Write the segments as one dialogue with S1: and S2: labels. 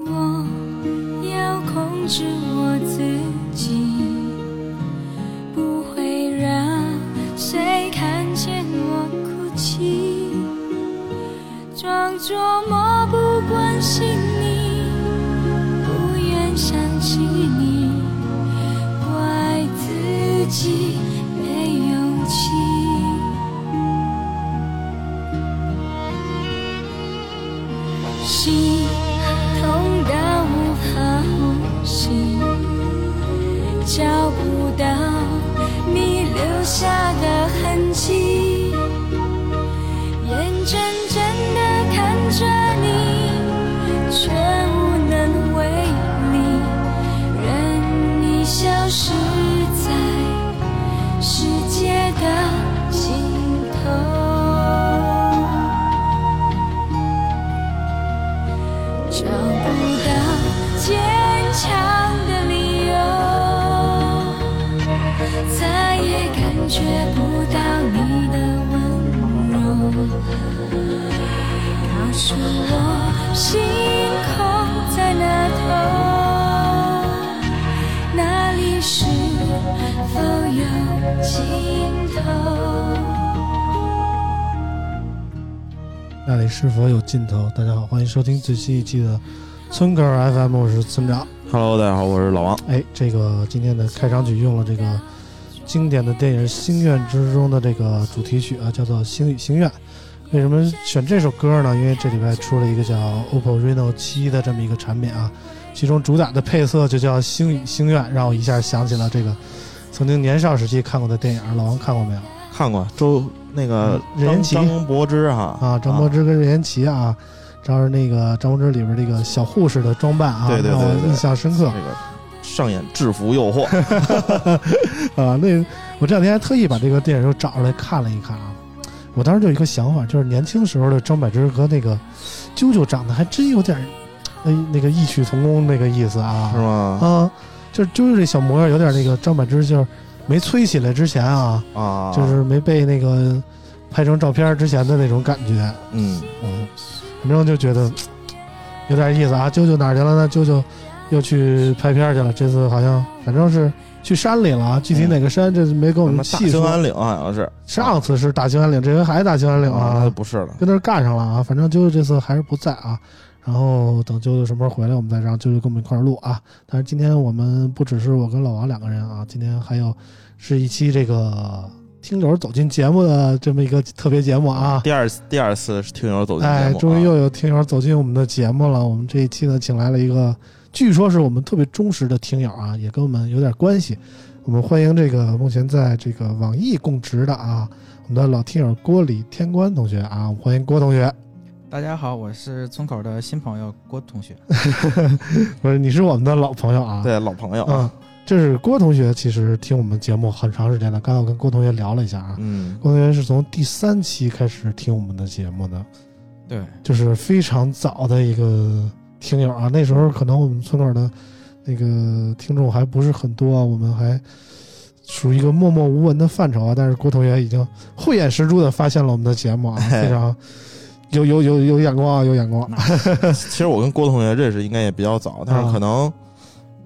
S1: 我要控制我自己，不会让谁看见我哭泣，装作漠不关心你，不愿想起你，怪自己没勇气。心痛到无法呼吸，找不到你留下的痕迹，眼睁睁的看着你，却无能为力，任你消失在世界的尽头。找不到坚强的理由，再也感觉不到你的温柔。告诉我，星空在哪头？那里是否有尽头？
S2: 那里是否有尽头？大家好，欢迎收听最新一期的村口 FM，我是村长。
S3: Hello，大家好，我是老王。
S2: 哎，这个今天的开场曲用了这个经典的电影《星愿》之中的这个主题曲啊，叫做《星语星愿》。为什么选这首歌呢？因为这礼拜出了一个叫 OPPO Reno 7的这么一个产品啊，其中主打的配色就叫《星语星愿》，让我一下想起了这个曾经年少时期看过的电影。老王看过没有？
S3: 看过周那个
S2: 嗯任
S3: 张
S2: 贤齐
S3: 张柏芝哈
S2: 啊，张柏芝跟任贤齐啊，当时那个张柏芝里边这个小护士的装扮啊，
S3: 对对对
S2: 让我
S3: 对对
S2: 印象深刻
S3: 那个上演制服诱惑，
S2: 啊。那我这两天还特意把这个电影又找出来看了一看啊。我当时就有一个想法，就是年轻时候的张柏芝和那个啾啾长得还真有点儿，哎，那个异曲同工那个意思 啊，
S3: 是吗？
S2: 啊，就是啾啾这小模样有点那个张柏芝，就是没吹起来之前啊，
S3: 啊，
S2: 就是没被那个拍成照片之前的那种感觉。
S3: 嗯，
S2: 嗯，反正就觉得有点意思啊。舅舅哪儿去了呢？舅舅又去拍片儿去了，这次好像反正是去山里了啊。具体哪个山，这没跟我
S3: 嗯什
S2: 们
S3: 么大
S2: 细
S3: 兴
S2: 说。
S3: 安岭啊好像是
S2: 上次是大兴安岭，这回还大兴安岭
S3: 那就
S2: 啊，
S3: 不是了。
S2: 跟那儿干上了啊。反正舅舅这次还是不在啊。然后等舅舅什么时候回来，我们再让舅舅跟我们一块儿录啊。但是今天我们不只是我跟老王两个人啊，今天还有是一期这个听友走进节目的这么一个特别节目啊。
S3: 第二第二次听友走进节
S2: 哎，
S3: 目，
S2: 终于
S3: 啊
S2: 又有听友走进我们的节目了。我们这一期呢，请来了一个，据说是我们特别忠实的听友啊，也跟我们有点关系。我们欢迎这个目前在这个网易供职的啊，我们的老听友郭李天官同学啊，我们欢迎郭同学。
S4: 大家好，我是村口的新朋友郭同学。
S2: 不是，你是我们的老朋友啊。，
S3: 对老朋友，
S2: 嗯，这是郭同学，其实听我们节目很长时间了。刚才我跟郭同学聊了一下啊，
S3: 嗯，
S2: 郭同学是从第三期开始听我们的节目的。
S4: 对，
S2: 就是非常早的一个听友啊。那时候可能我们村口的那个听众还不是很多啊，我们还属于一个默默无闻的范畴啊。但是郭同学已经慧眼识珠的发现了我们的节 目啊，
S3: 哎
S2: 非常有有有有眼光啊，有眼光。
S3: 其实我跟郭同学认识应该也比较早，但
S2: 啊
S3: 是可能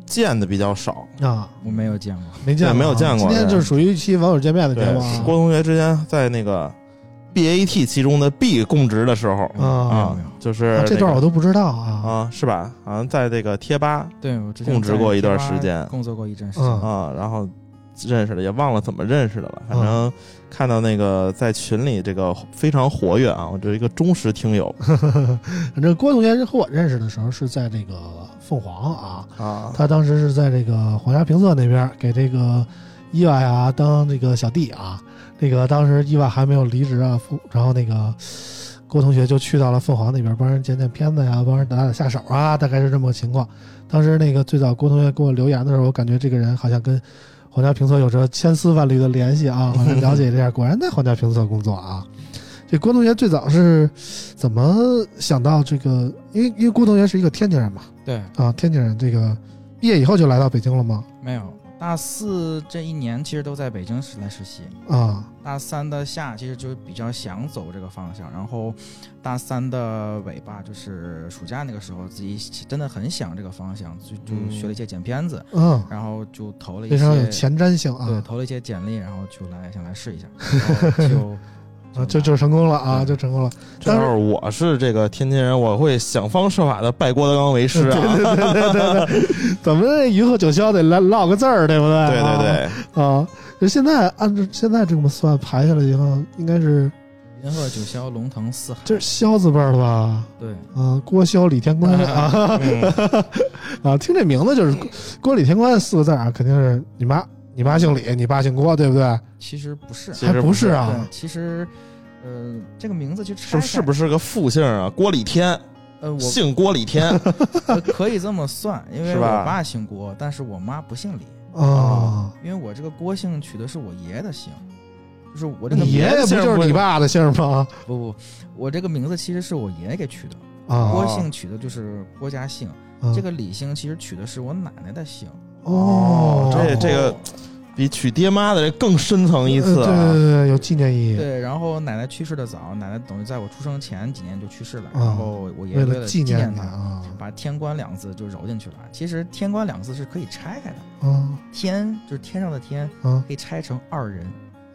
S3: 见的比较少。
S2: 啊，
S4: 我没有见过，
S2: 没见过啊、
S3: 对没有见过
S2: 今天就是属于一期网友见面的
S3: 对
S2: 节目啊，
S3: 郭。同学之前在那个 BAT 其中的 B 供职的时候
S2: 啊
S3: 啊
S4: 没有没有，
S3: 就是
S2: 啊这
S3: 那个
S2: 段我都不知道啊。
S3: 啊，是吧？好像在这个贴吧
S4: 对我之前
S3: 供职
S4: 在
S3: 过一
S4: 贴吧
S3: 段时间
S4: 工作过一阵时间。
S2: 嗯，
S3: 啊，然后认识的，也忘了怎么认识的了。反正看到那个在群里这个非常活跃啊，我这一个忠实听友
S2: 反正郭同学和我认识的时候是在这个凤凰啊，
S3: 啊，
S2: 他当时是在这个黄家评测那边给这个伊娃呀当这个小弟啊，那个当时伊娃还没有离职啊，凤然后那个郭同学就去到了凤凰那边帮人剪剪片子呀，帮人打打下手啊，大概是这么个情况。当时那个最早郭同学给我留言的时候，我感觉这个人好像跟皇家评测有着千丝万缕的联系啊，好像了解一下，果然在皇家评测工作啊。这郭同学最早是怎么想到这个？因为因为郭同学是一个天津人嘛，
S4: 对，
S2: 啊，天津人这个毕业以后就来到北京了吗？
S4: 没有。大四这一年其实都在北京实来实习，
S2: 啊，
S4: 大三的下其实就比较想走这个方向，然后大三的尾巴就是暑假那个时候，自己真的很想这个方向，就就
S3: 嗯
S4: 学了一些剪片子，
S2: 嗯，
S4: 然后就投了一
S2: 非常有
S4: 些，
S2: 前瞻性
S4: 对，
S2: 啊，
S4: 投了一些简历，然后就来想来试一下，然后就
S2: 啊，就就成功了啊，
S4: 对
S2: 就成功了。
S3: 这要是我是这个天津人，我会想方设法的拜郭德纲为师 啊，
S2: 对对对对对，怎么这鱼和九霄得来唠个字儿，对不对？
S3: 对对
S2: 啊
S3: 对，
S2: 啊，就现在按照现在这么算排下来以后，应该是
S4: 银鹤九霄龙腾四海，
S2: 这是萧字辈儿了吧？
S4: 对，
S2: 啊，郭萧李天官啊 啊，听这名字就是郭郭李天官四个字儿啊，肯定是你妈，你妈姓李，你爸姓郭，对不对？
S4: 其实不是，
S3: 其
S2: 还
S3: 实
S2: 不
S3: 不
S2: 是
S3: 是
S2: 啊
S4: 对，，其实。呃，这个名字其实
S3: 是是不是个复姓啊？郭李天，
S4: 呃，我
S3: 姓郭李天，
S4: 呃，可以这么算，因为
S3: 是
S4: 我
S3: 吧
S4: 爸姓郭，但是我妈不姓李，
S2: 啊，
S4: 因为我这个郭姓取的是我爷的姓，就是我这
S2: 你
S4: 个
S2: 爷
S4: 名
S2: 爷不就是你爸的姓儿吗？
S4: 不不，我这个名字其实是我爷爷给取的，
S2: 啊
S3: 哦
S4: 郭姓取的就是郭家姓，
S2: 啊
S4: 这个李姓其实取的是我奶奶的姓，
S2: 哦，
S3: 这这个比娶爹妈的这更深层一
S2: 呃
S3: 次
S2: 对对。
S3: 啊
S2: 对对，有纪念意义。
S4: 对，然后奶奶去世的早，奶奶等于在我出生前几年就去世了，
S2: 啊
S4: 然后我爷爷
S2: 为
S4: 为
S2: 了
S4: 了
S2: 纪念你
S4: 她，
S2: 啊
S4: 把天官两字就揉进去了。其实天官两字是可以拆开的，
S2: 啊
S4: 天就是天上的天，
S2: 啊
S4: 可以拆成二人。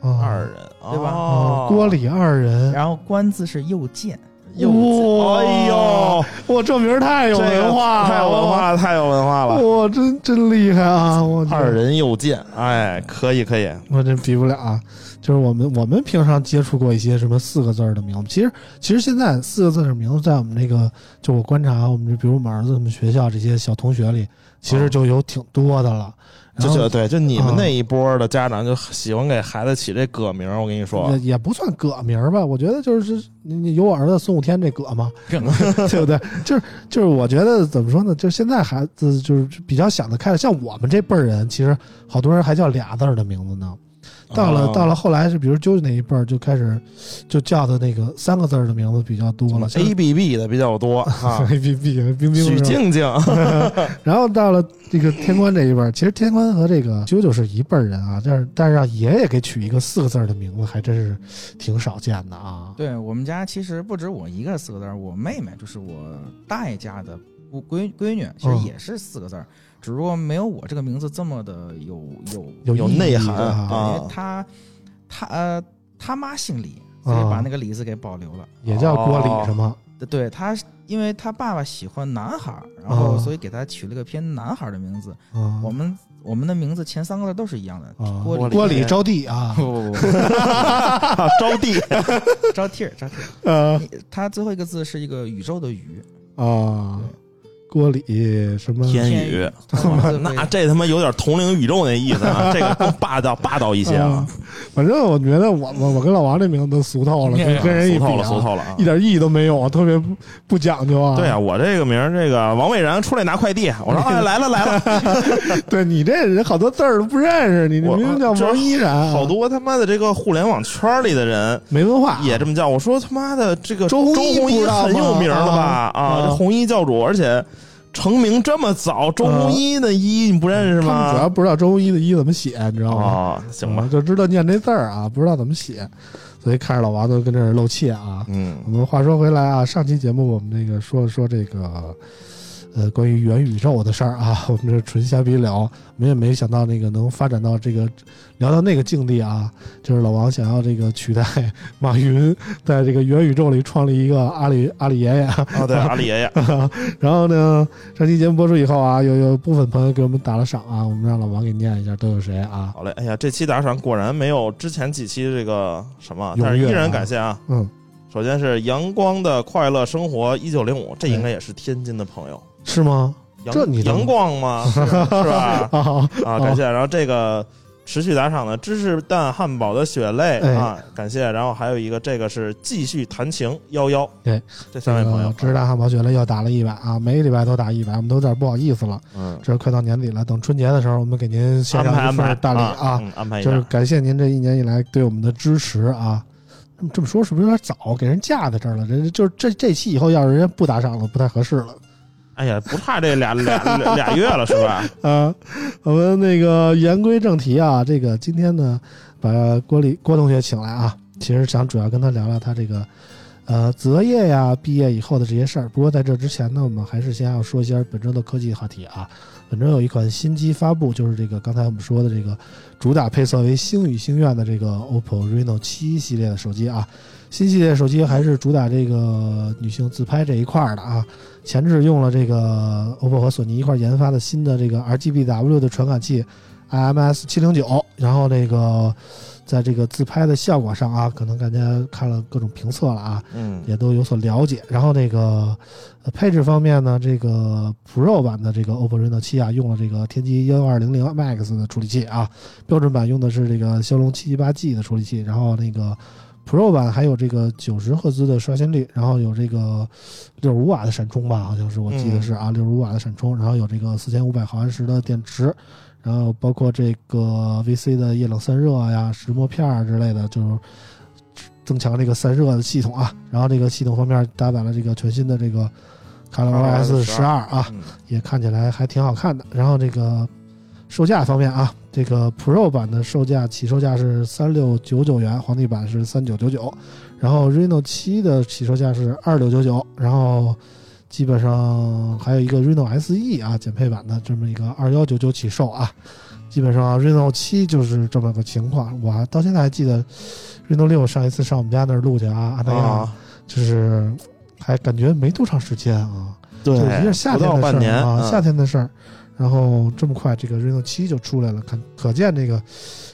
S2: 啊！
S3: 二人
S4: 对吧
S2: 啊
S3: 哦，，
S2: 郭李二人，
S4: 然后官字是右键，
S3: 又
S2: 哇
S3: 哎呦，
S2: 哇，这名儿太有
S3: 这个
S2: 文化了，
S3: 太有文化了，太有文化了。
S2: 哇，真真厉害啊！我
S3: 二，人又见，哎，
S2: 嗯
S3: 可以可以，
S2: 我真比不了啊。就是我们我们平常接触过一些什么四个字儿的名字，其实其实现在四个字儿的名字在我们那个就我观察，我们比如我们儿子他们学校这些小同学里，其实就有挺多的了。然
S3: 哦就
S2: 后
S3: 就对，就你
S2: 啊
S3: 们那一波的家长就喜欢给孩子起这葛名儿，我跟你说
S2: 也，也不算葛名儿吧，我觉得就是你你有我儿子孙悟天这葛嘛，
S4: 认
S2: 对不对？就是就是，我觉得怎么说呢？就是现在孩子就是比较想得开了，像我们这辈儿人，其实好多人还叫俩字儿的名字呢。到了、
S3: 啊
S2: 到了后来是，比如啾啾那一辈儿就开始就叫的那个三个字儿的名字比较多了。
S3: A B B 的比较多 啊，
S2: A B B 冰冰
S3: 哎许
S2: 是吧
S3: 静静，
S2: 然后到了这个天官这一辈儿，其实天官和这个啾啾是一辈儿人啊，但是但是让爷爷给取一个四个字儿的名字，还真是挺少见的啊。
S4: 对我们家其实不止我一个四个字儿，我妹妹就是我大爷家的闺闺闺女，其实
S2: 嗯
S4: 也是四个字儿，只不过没有我这个名字这么的有有
S2: 有
S3: 有
S2: 意义
S3: 内涵
S2: 的
S4: 对
S3: 啊
S4: 因为她她呃她妈姓李，所以把那个李字给保留了。
S2: 啊也叫
S3: 哦
S2: 郭李什么？
S4: 对她，因为她爸爸喜欢男孩儿，然后
S2: 哦
S4: 所以给她取了个偏男孩儿的名字。
S2: 啊
S4: 我们我们的名字前三个字都是一样的，
S2: 啊，
S4: 郭
S2: 郭李
S4: 李
S2: 招娣 啊，
S4: 不不不不，
S3: 招 娣，
S4: 招娣儿招娣儿。
S2: 呃
S4: 你它最后一个字是一个宇宙的宇，
S2: 啊，郭李什么？
S3: 天
S4: 天
S3: 宇
S4: 宇，它往 字会
S3: 那这他妈有点同龄宇宙那意思啊，这个更霸道霸道一些
S2: 嗯
S3: 啊，
S2: 反正我觉得我我我跟老王这名字都俗透 了，跟跟人一
S3: 俗
S2: 比
S3: 透
S2: 啊
S3: 了，俗透了啊
S2: 一。点意义都没有啊，特别不不讲究啊。
S3: 对啊，我这个名儿，这个王蔚然出来拿快递， 我说哎来了来了，
S2: 对你这人好多字儿都不认识，你你
S3: 我
S2: 明明叫王依然啊，
S3: 好多他妈的这个互联网圈里的人
S2: 没文化啊
S3: 也这么叫。我说他妈的，这个
S2: 周
S3: 周
S2: 鸿祎
S3: 鸿
S2: 不知
S3: 祎
S2: 道吗
S3: 很有名了吧？
S2: 啊
S3: 啊，
S2: 啊
S3: 这红衣教主，而且成名这么早，周鸿祎那一你不认识
S2: 他们主
S3: 吗？
S2: 要不知道周鸿祎的“祎”怎么写，你知道吗？
S3: 哦，行吧
S2: 啊，就知道念这字儿啊，不知道怎么写，所以看着老王都跟这儿露怯啊。
S3: 嗯
S2: 我们话说回来啊，上期节目我们那个说说这个，呃关于元宇宙的事儿啊， 我们这纯瞎逼聊，我们也没想到那个能发展到这个聊到那个境地啊，就是老王想要这个取代 马云在这个元宇宙里创立一个阿里阿里爷爷，
S3: 啊，对，阿里爷爷，
S2: 然后呢，上期节目播出以后啊，有有部分朋友给我们打了赏啊，我们让老王给念一下都有谁啊？
S3: 好嘞，哎呀，这期打赏果然没有之前几期这个什么，但是
S2: 踊跃
S3: 依
S2: 啊
S3: 然感谢啊。
S2: 嗯，
S3: 首先是阳光的快乐生活一九零五，这应该也是天津的朋友，
S2: 是吗？
S3: 阳
S2: 哎这你都
S3: 阳光吗？是吧？
S2: 啊，
S3: 啊，感谢。然后这个持续打赏的芝士蛋汉堡的血泪
S2: 哎
S3: 啊，感谢。然后还有一个，这个是继续弹琴幺幺，
S2: 对，
S3: 这三位
S2: 这
S3: 朋
S2: 个
S3: 友，
S2: 呃知识大汉堡雪了又打了一百啊，每个礼拜都打一百，我们都有点不好意思了。
S3: 嗯，
S2: 这快到年底了，等春节的时候，我们给您献
S3: 安排
S2: 上一
S3: 安排
S2: 份大礼
S3: 啊，
S2: 啊，
S3: 嗯安排一
S2: 就是
S3: 下。
S2: 感谢您这一年以来对我们的支持啊。这么这么说是不是有点早？给人架在这儿了，人家就是这这期以后要是人家不打赏了，不太合适了。
S3: 哎呀，不差这俩俩俩俩月了是吧？
S2: 啊，我们那个言归正题啊，这个今天呢，把郭丽郭同学请来啊，其实想主要跟他聊聊他这个呃择业呀、毕业以后的这些事儿。不过在这之前呢，我们还是先要说一下本周的科技话题啊。本周有一款新机发布，就是这个刚才我们说的这个主打配色为星语星愿的这个 OPPO Reno 7系列的手机啊。新系列手机还是主打这个女性自拍这一块儿的啊。前置用了这个 OPPO 和索尼一块儿研发的新的这个 RGBW 的传感器 IMS 七零九，然后那个在这个自拍的效果上啊，可能大家看了各种评测了啊，
S3: 嗯，
S2: 也都有所了解。然后那个、呃配置方面呢，这个 Pro 版的这个 OPPO Reno 7啊，用了这个天玑幺二零零 Max 的处理器啊，标准版用的是这个骁龙七七八 G 的处理器，然后那个 Pro 版还有这个九十赫兹的刷新率，然后有这个六十五瓦的闪充吧，好像是我记得是啊，六十五瓦的闪充，然后有这个四千五百毫安时的电池。然后包括这个 VC 的液冷散热呀、石墨片儿之类的，就是增强这个散热的系统啊。然后这个系统方面搭载了这个全新的这个 ColorOS 十二啊，
S3: 嗯
S2: 也看起来还挺好看的。然后这个售价方面啊，这个 Pro 版的售价起售价是三六九九元，皇帝版是三九九九，然后 Reno 七的起售价是二六九九，然后基本上还有一个 Reno SE 啊减配版的这么一个二幺九九起售啊。基本上 Reno 七就是这么个情况，我还到现在还记得 Reno 六上一次上我们家那儿录去啊，安那亚
S3: 啊，
S2: 就是还感觉没多长时间啊，
S3: 对
S2: 就是一下夏
S3: 不
S2: 天
S3: 到
S2: 的事
S3: 半年
S2: 儿啊，
S3: 嗯
S2: 夏天的事儿。然后这么快，这个 Reno 7就出来了，可可见这个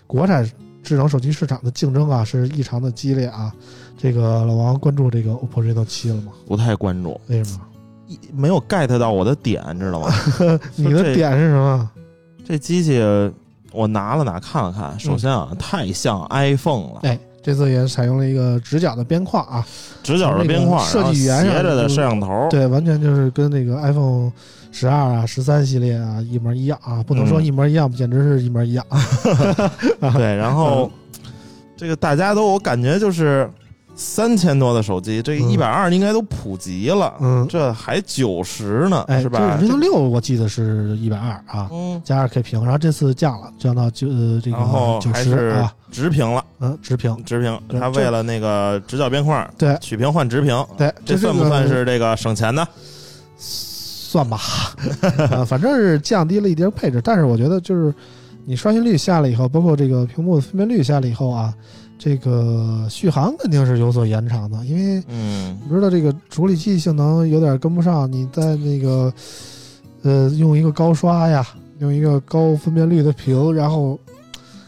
S2: 国产智能手机市场的竞争啊是异常的激烈啊。这个老王关注这个 OPPO Reno 7了吗？
S3: 不太关注，
S2: 为什么？
S3: 一没有 get 到我的点，你知 道吗？
S2: 你的点是什么？
S3: 这机器我拿了拿看了看，
S2: 嗯
S3: 首先啊，太像 iPhone 了，
S2: 哎，这次也采用了一个直角的边框啊，
S3: 直角的边框，
S2: 从那个设计语言
S3: 然
S2: 上
S3: 后斜着的
S2: 就
S3: 摄像头，
S2: 对，完全就是跟那个 iPhone 十二啊、十三系列啊一模一样啊，不能说
S3: 嗯
S2: 一模一样，简直是一模一样。啊
S3: 对，然
S2: 嗯
S3: 后这个大家都我感觉就是三千多的手机，这
S2: 嗯
S3: 一百二应该都普及了，
S2: 嗯
S3: 这还九十呢，
S2: 哎，
S3: 是吧？
S2: 这 Reno 六我记得是一百二啊，
S3: 嗯，
S2: 加二 K 屏，然后这次降了，降到九呃这个
S3: 然后
S2: 九
S3: 还
S2: 十
S3: 是
S2: 啊，
S3: 直屏了，
S2: 嗯，直屏。
S3: 直屏，
S2: 对
S3: 它
S2: 这
S3: 为了那个直角边框，
S2: 对
S3: 曲屏换直屏，
S2: 对，
S3: 这
S2: 这
S3: 算不算是这个省钱呢？
S2: 算吧？ 呃反正是降低了一点配置，但是我觉得就是你刷新率下来以后，包括这个屏幕的分辨率下来以后啊，这个续航肯定是有所延长的，因为
S3: 嗯，
S2: 你知道这个处理器性能有点跟不上，你在那个呃用一个高刷呀，用一个高分辨率的屏，然后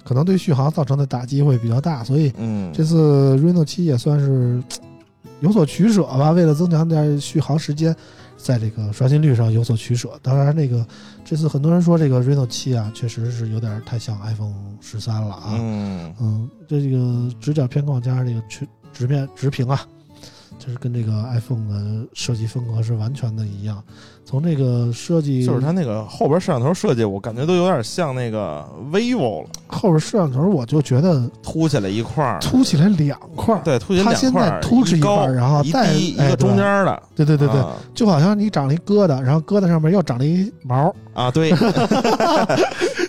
S2: 可能对续航造成的打击会比较大，所以
S3: 嗯，
S2: 这次 Reno 7也算是有所取舍吧，为了增强点续航时间，在这个刷新率上有所取舍。当然，那个这次很多人说这个 Reno 7啊，确实是有点太像 iPhone 十三了啊。
S3: 嗯，
S2: 嗯，这个直角偏框加上这个直直面直屏啊，就是跟这个 iPhone 的设计风格是完全的一样。从这个设计，
S3: 就是它那个后边摄像头设计，我感觉都有点像那个 vivo 了，
S2: 后边摄像头，我就觉得
S3: 凸起来一块儿，
S2: 凸起来两块儿。
S3: 对，凸起来
S2: 它
S3: 两
S2: 现
S3: 块
S2: 在
S3: 儿，
S2: 凸起
S3: 一
S2: 一块
S3: 高
S2: 儿，然后
S3: 一
S2: 再
S3: 低一
S2: 哎
S3: 个中间儿的，
S2: 对对对对，
S3: 啊
S2: 就好像你长了一疙瘩，然后疙瘩上面又长了一毛，
S3: 啊，对，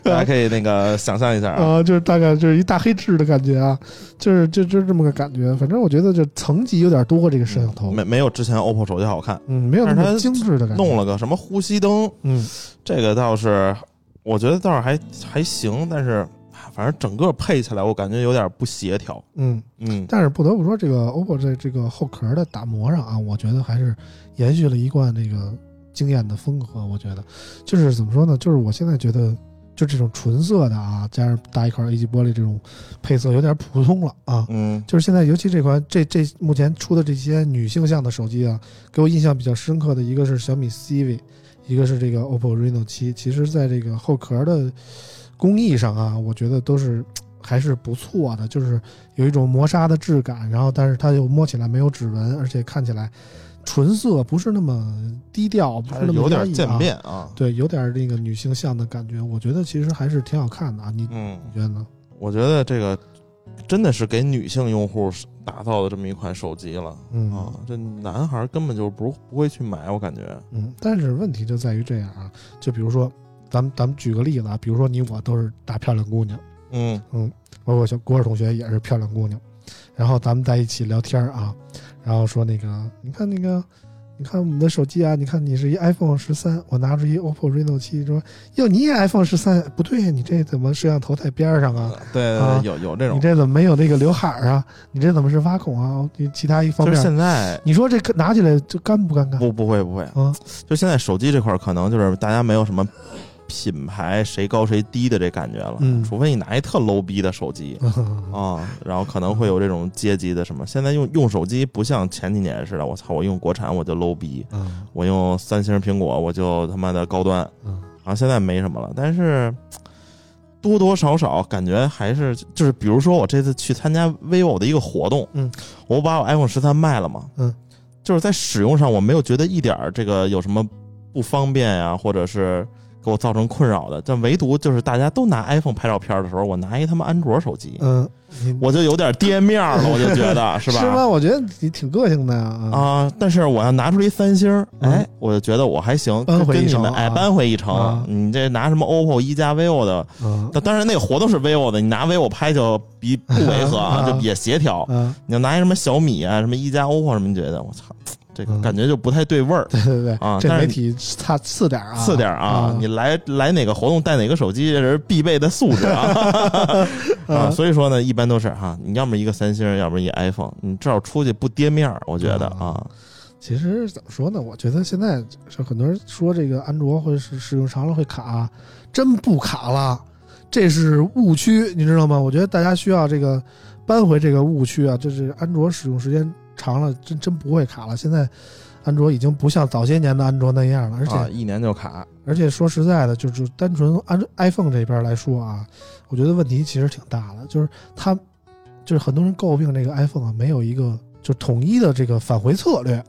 S3: 大家可以那个想象一下啊，
S2: 啊，就是大概就是一大黑痣的感觉啊，就是就就是这么个感觉。反正我觉得就层级有点多，这个摄像头，
S3: 没没有之前 OPPO 手机好看，
S2: 嗯，没有那
S3: 但
S2: 么
S3: 是它
S2: 精致的感觉。
S3: 弄了个什么呼吸灯，
S2: 嗯，
S3: 这个倒是我觉得倒是还还行，但是哎反正整个配起来我感觉有点不协调。
S2: 嗯，
S3: 嗯，
S2: 但是不得不说，这个 OPPO 在这个后壳的打磨上啊，我觉得还是延续了一贯这个经验的风格。我觉得就是怎么说呢，就是我现在觉得就这种纯色的啊，加上搭一块 A 级玻璃这种配色有点普通了啊。
S3: 嗯，
S2: 就是现在，尤其这款这这目前出的这些女性向的手机啊，给我印象比较深刻的一个是小米 CV，一个是这个 OPPO Reno 7。其实，在这个后壳的工艺上啊，我觉得都是还是不错的，就是有一种磨砂的质感，然后但是它又摸起来没有指纹，而且看起来纯色，不是那么低调，不
S3: 还
S2: 是那
S3: 是
S2: 么
S3: 有
S2: 压
S3: 点
S2: 抑啊
S3: 渐。变啊。
S2: 对，有点那个女性向的感觉，我觉得其实还是挺好看的啊。你
S3: 嗯，
S2: 你觉得呢？
S3: 我觉得这个真的是给女性用户打造的这么一款手机了。
S2: 嗯
S3: 啊，这男孩根本就不不会去买，我感觉。
S2: 嗯，但是问题就在于这样啊，就比如说，咱们咱们举个例子啊，比如说你我都是大漂亮姑娘，
S3: 嗯，
S2: 包括小郭尔同学也是漂亮姑娘，然后咱们在一起聊天儿啊，然后说那个，你看那个，你看我们的手机啊，你看你是一 iPhone 十三，我拿出一 OPPO Reno 七，说哟你也 iPhone 十三，不对，啊你这怎么摄像头在边儿上啊？
S3: 对
S2: 啊
S3: 有有这
S2: 你
S3: 种，
S2: 这怎么没有那个刘海儿啊？你这怎么是挖孔啊？你其他一方
S3: 就是
S2: 面，
S3: 现在
S2: 你说这个拿起来就尴不尴尬？
S3: 不不会不会
S2: 嗯，
S3: 就现在手机这块儿可能就是大家没有什么品牌谁高谁低的这感觉了，
S2: 嗯
S3: 除非你拿一特 low 逼的手机。
S2: 嗯
S3: 啊、然后可能会有这种阶级的什么。现在用用手机不像前几年似的，我操，我用国产我就 low 逼，
S2: 嗯
S3: 我用三星、苹果我就他妈的高端。
S2: 嗯
S3: 然后现在没什么了，但是多多少少感觉还是就是，比如说我这次去参加 vivo 的一个活动，
S2: 嗯，
S3: 我把我 iPhone 十三卖了嘛，
S2: 嗯，
S3: 就是在使用上我没有觉得一点儿这个有什么不方便呀、或者是给我造成困扰的，但唯独就是大家都拿 iPhone 拍照片的时候，我拿一他妈安卓手机，
S2: 嗯，你
S3: 我就有点跌面儿了，我就觉得是吧？
S2: 吗？我觉得你挺个性的呀。啊，
S3: 啊、但是我要拿出一三星儿，
S2: 嗯
S3: 哎，我就觉得我还行，
S2: 扳回
S3: 跟
S2: 一
S3: 你
S2: 城
S3: 们哎
S2: 啊
S3: 扳回一城。
S2: 啊
S3: 你这拿什么 OPPO、一加、vivo 的，
S2: 嗯
S3: 那当然那个活动是 vivo 的，你拿 vivo 拍就比不违和啊，
S2: 啊
S3: 就也协调。
S2: 嗯，
S3: 你要拿一什么小米啊、什么一加、OPPO 什么，你觉得我操，这个
S2: 嗯
S3: 感觉就不太对味儿。
S2: 对对对，
S3: 啊
S2: 这
S3: 但是
S2: 媒体差次点儿啊，
S3: 次点儿啊，你来来哪个活动带哪个手机，这是必备的素 质啊
S2: 嗯
S3: 啊！所以说呢，一般都是哈、你要么一个三星，要么一 iPhone，你至少出去不跌面儿，我觉得啊，
S2: 其实怎么说呢？我觉得现在是很多人说这个安卓会是使用长了会卡，真不卡了，这是误区，你知道吗？我觉得大家需要这个扳回这个误区啊，就是安卓使用时间长了，真真不会卡了。现在安卓已经不像早些年的安卓那样了，而且
S3: 啊，一年就卡，
S2: 而且说实在的，就就单纯按 iPhone 这边来说啊，我觉得问题其实挺大的，就是它就是很多人诟病这个 iPhone 啊，没有一个就统一的这个返回策略，